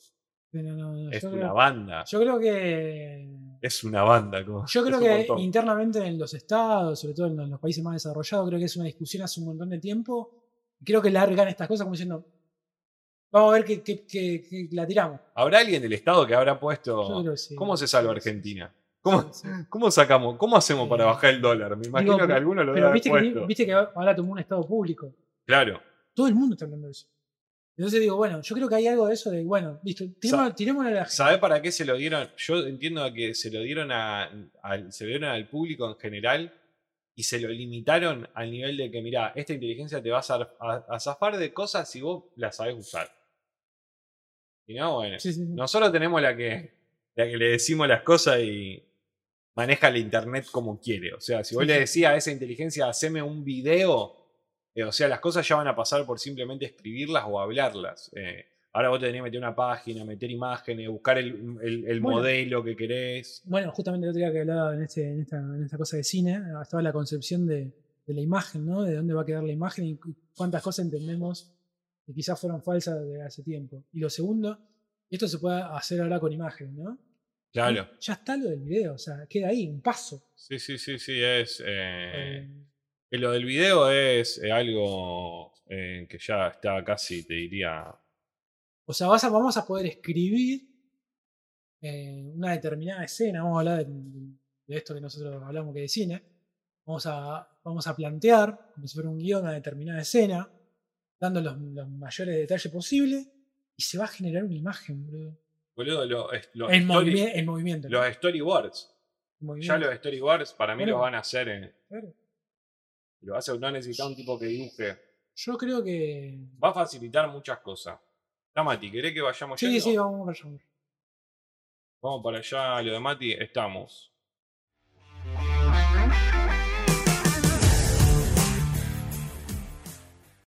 Speaker 2: Pero no, no,
Speaker 1: es
Speaker 2: yo,
Speaker 1: una
Speaker 2: creo,
Speaker 1: banda.
Speaker 2: yo creo que
Speaker 1: Es una banda. como-
Speaker 2: Yo creo
Speaker 1: es un
Speaker 2: que
Speaker 1: montón.
Speaker 2: internamente en los estados, sobre todo en los, en los países más desarrollados, creo que es una discusión hace un montón de tiempo. Creo que largan estas cosas como diciendo, vamos a ver que, que- que- que la tiramos.
Speaker 1: ¿Habrá alguien del Estado que habrá
Speaker 2: Yo
Speaker 1: puesto...
Speaker 2: creo que sí.
Speaker 1: Oh. ¿Cómo se salva
Speaker 2: Sí, sí,
Speaker 1: Argentina?
Speaker 2: sí,
Speaker 1: ¿Cómo,
Speaker 2: sí.
Speaker 1: cómo sacamos? ¿Cómo hacemos para
Speaker 2: Eh,
Speaker 1: bajar el dólar? Me imagino que
Speaker 2: pero-
Speaker 1: alguno lo debe
Speaker 2: Pero
Speaker 1: haber
Speaker 2: viste que,
Speaker 1: puesto.
Speaker 2: viste que ahora tomó un estado público.
Speaker 1: Claro.
Speaker 2: Todo el mundo está hablando de eso. Entonces digo, bueno, yo creo que hay algo de eso de, bueno, listo, tiremos, tiremos la
Speaker 1: ¿Sabe para qué se lo dieron? Yo entiendo que se lo dieron a, al- se lo dieron al público en general y se lo limitaron al nivel de que, mira, esta inteligencia te va a, zar- a- a zafar de cosas si vos las sabés usar. Y no, bueno.
Speaker 2: Sí, sí, sí.
Speaker 1: Nosotros tenemos la que, la que le decimos las cosas y maneja el internet como quiere. O sea, si vos
Speaker 2: Sí,
Speaker 1: le
Speaker 2: sí.
Speaker 1: decías a esa inteligencia, haceme un video, eh, o sea, las cosas ya van a pasar por simplemente escribirlas o hablarlas. Eh, ahora vos te tenés que meter una página, meter imágenes, buscar el, el- el
Speaker 2: Bueno.
Speaker 1: modelo que querés.
Speaker 2: Bueno, justamente el otro día que hablaba en, este, en, esta, en esta cosa de cine, estaba la concepción de, de la imagen, ¿no? De dónde va a quedar la imagen y cu- cuántas cosas entendemos que quizás fueron falsas de hace tiempo. Y lo segundo, esto se puede hacer ahora con imagen, ¿no?
Speaker 1: Claro.
Speaker 2: Y Ya está lo del video, o sea, queda ahí, un paso.
Speaker 1: Sí, sí, sí, sí, es... eh,
Speaker 2: Eh,
Speaker 1: Eh, Lo del video es eh, algo eh, que ya está casi, te diría.
Speaker 2: o sea, vas a- vamos a poder escribir eh, una determinada escena, vamos a hablar de, de esto que nosotros hablamos que de cine, vamos a, vamos a plantear como si fuera un guión una determinada escena, dando los, los mayores detalles posibles, y se va a generar una imagen, boludo.
Speaker 1: Boludo, lo- es- los,
Speaker 2: El,
Speaker 1: story-
Speaker 2: movimi- el movimiento. ¿no?
Speaker 1: los storyboards.
Speaker 2: El movimiento.
Speaker 1: Ya los storyboards para mí
Speaker 2: Bueno.
Speaker 1: los van a hacer. en-
Speaker 2: Claro.
Speaker 1: lo hace, no necesita un tipo que dibuje.
Speaker 2: Yo creo que...
Speaker 1: Va a facilitar muchas cosas. Tamati, ¿querés que vayamos
Speaker 2: Sí,
Speaker 1: yendo?
Speaker 2: sí, vamos para allá.
Speaker 1: Vamos para allá, lo de Mati, estamos.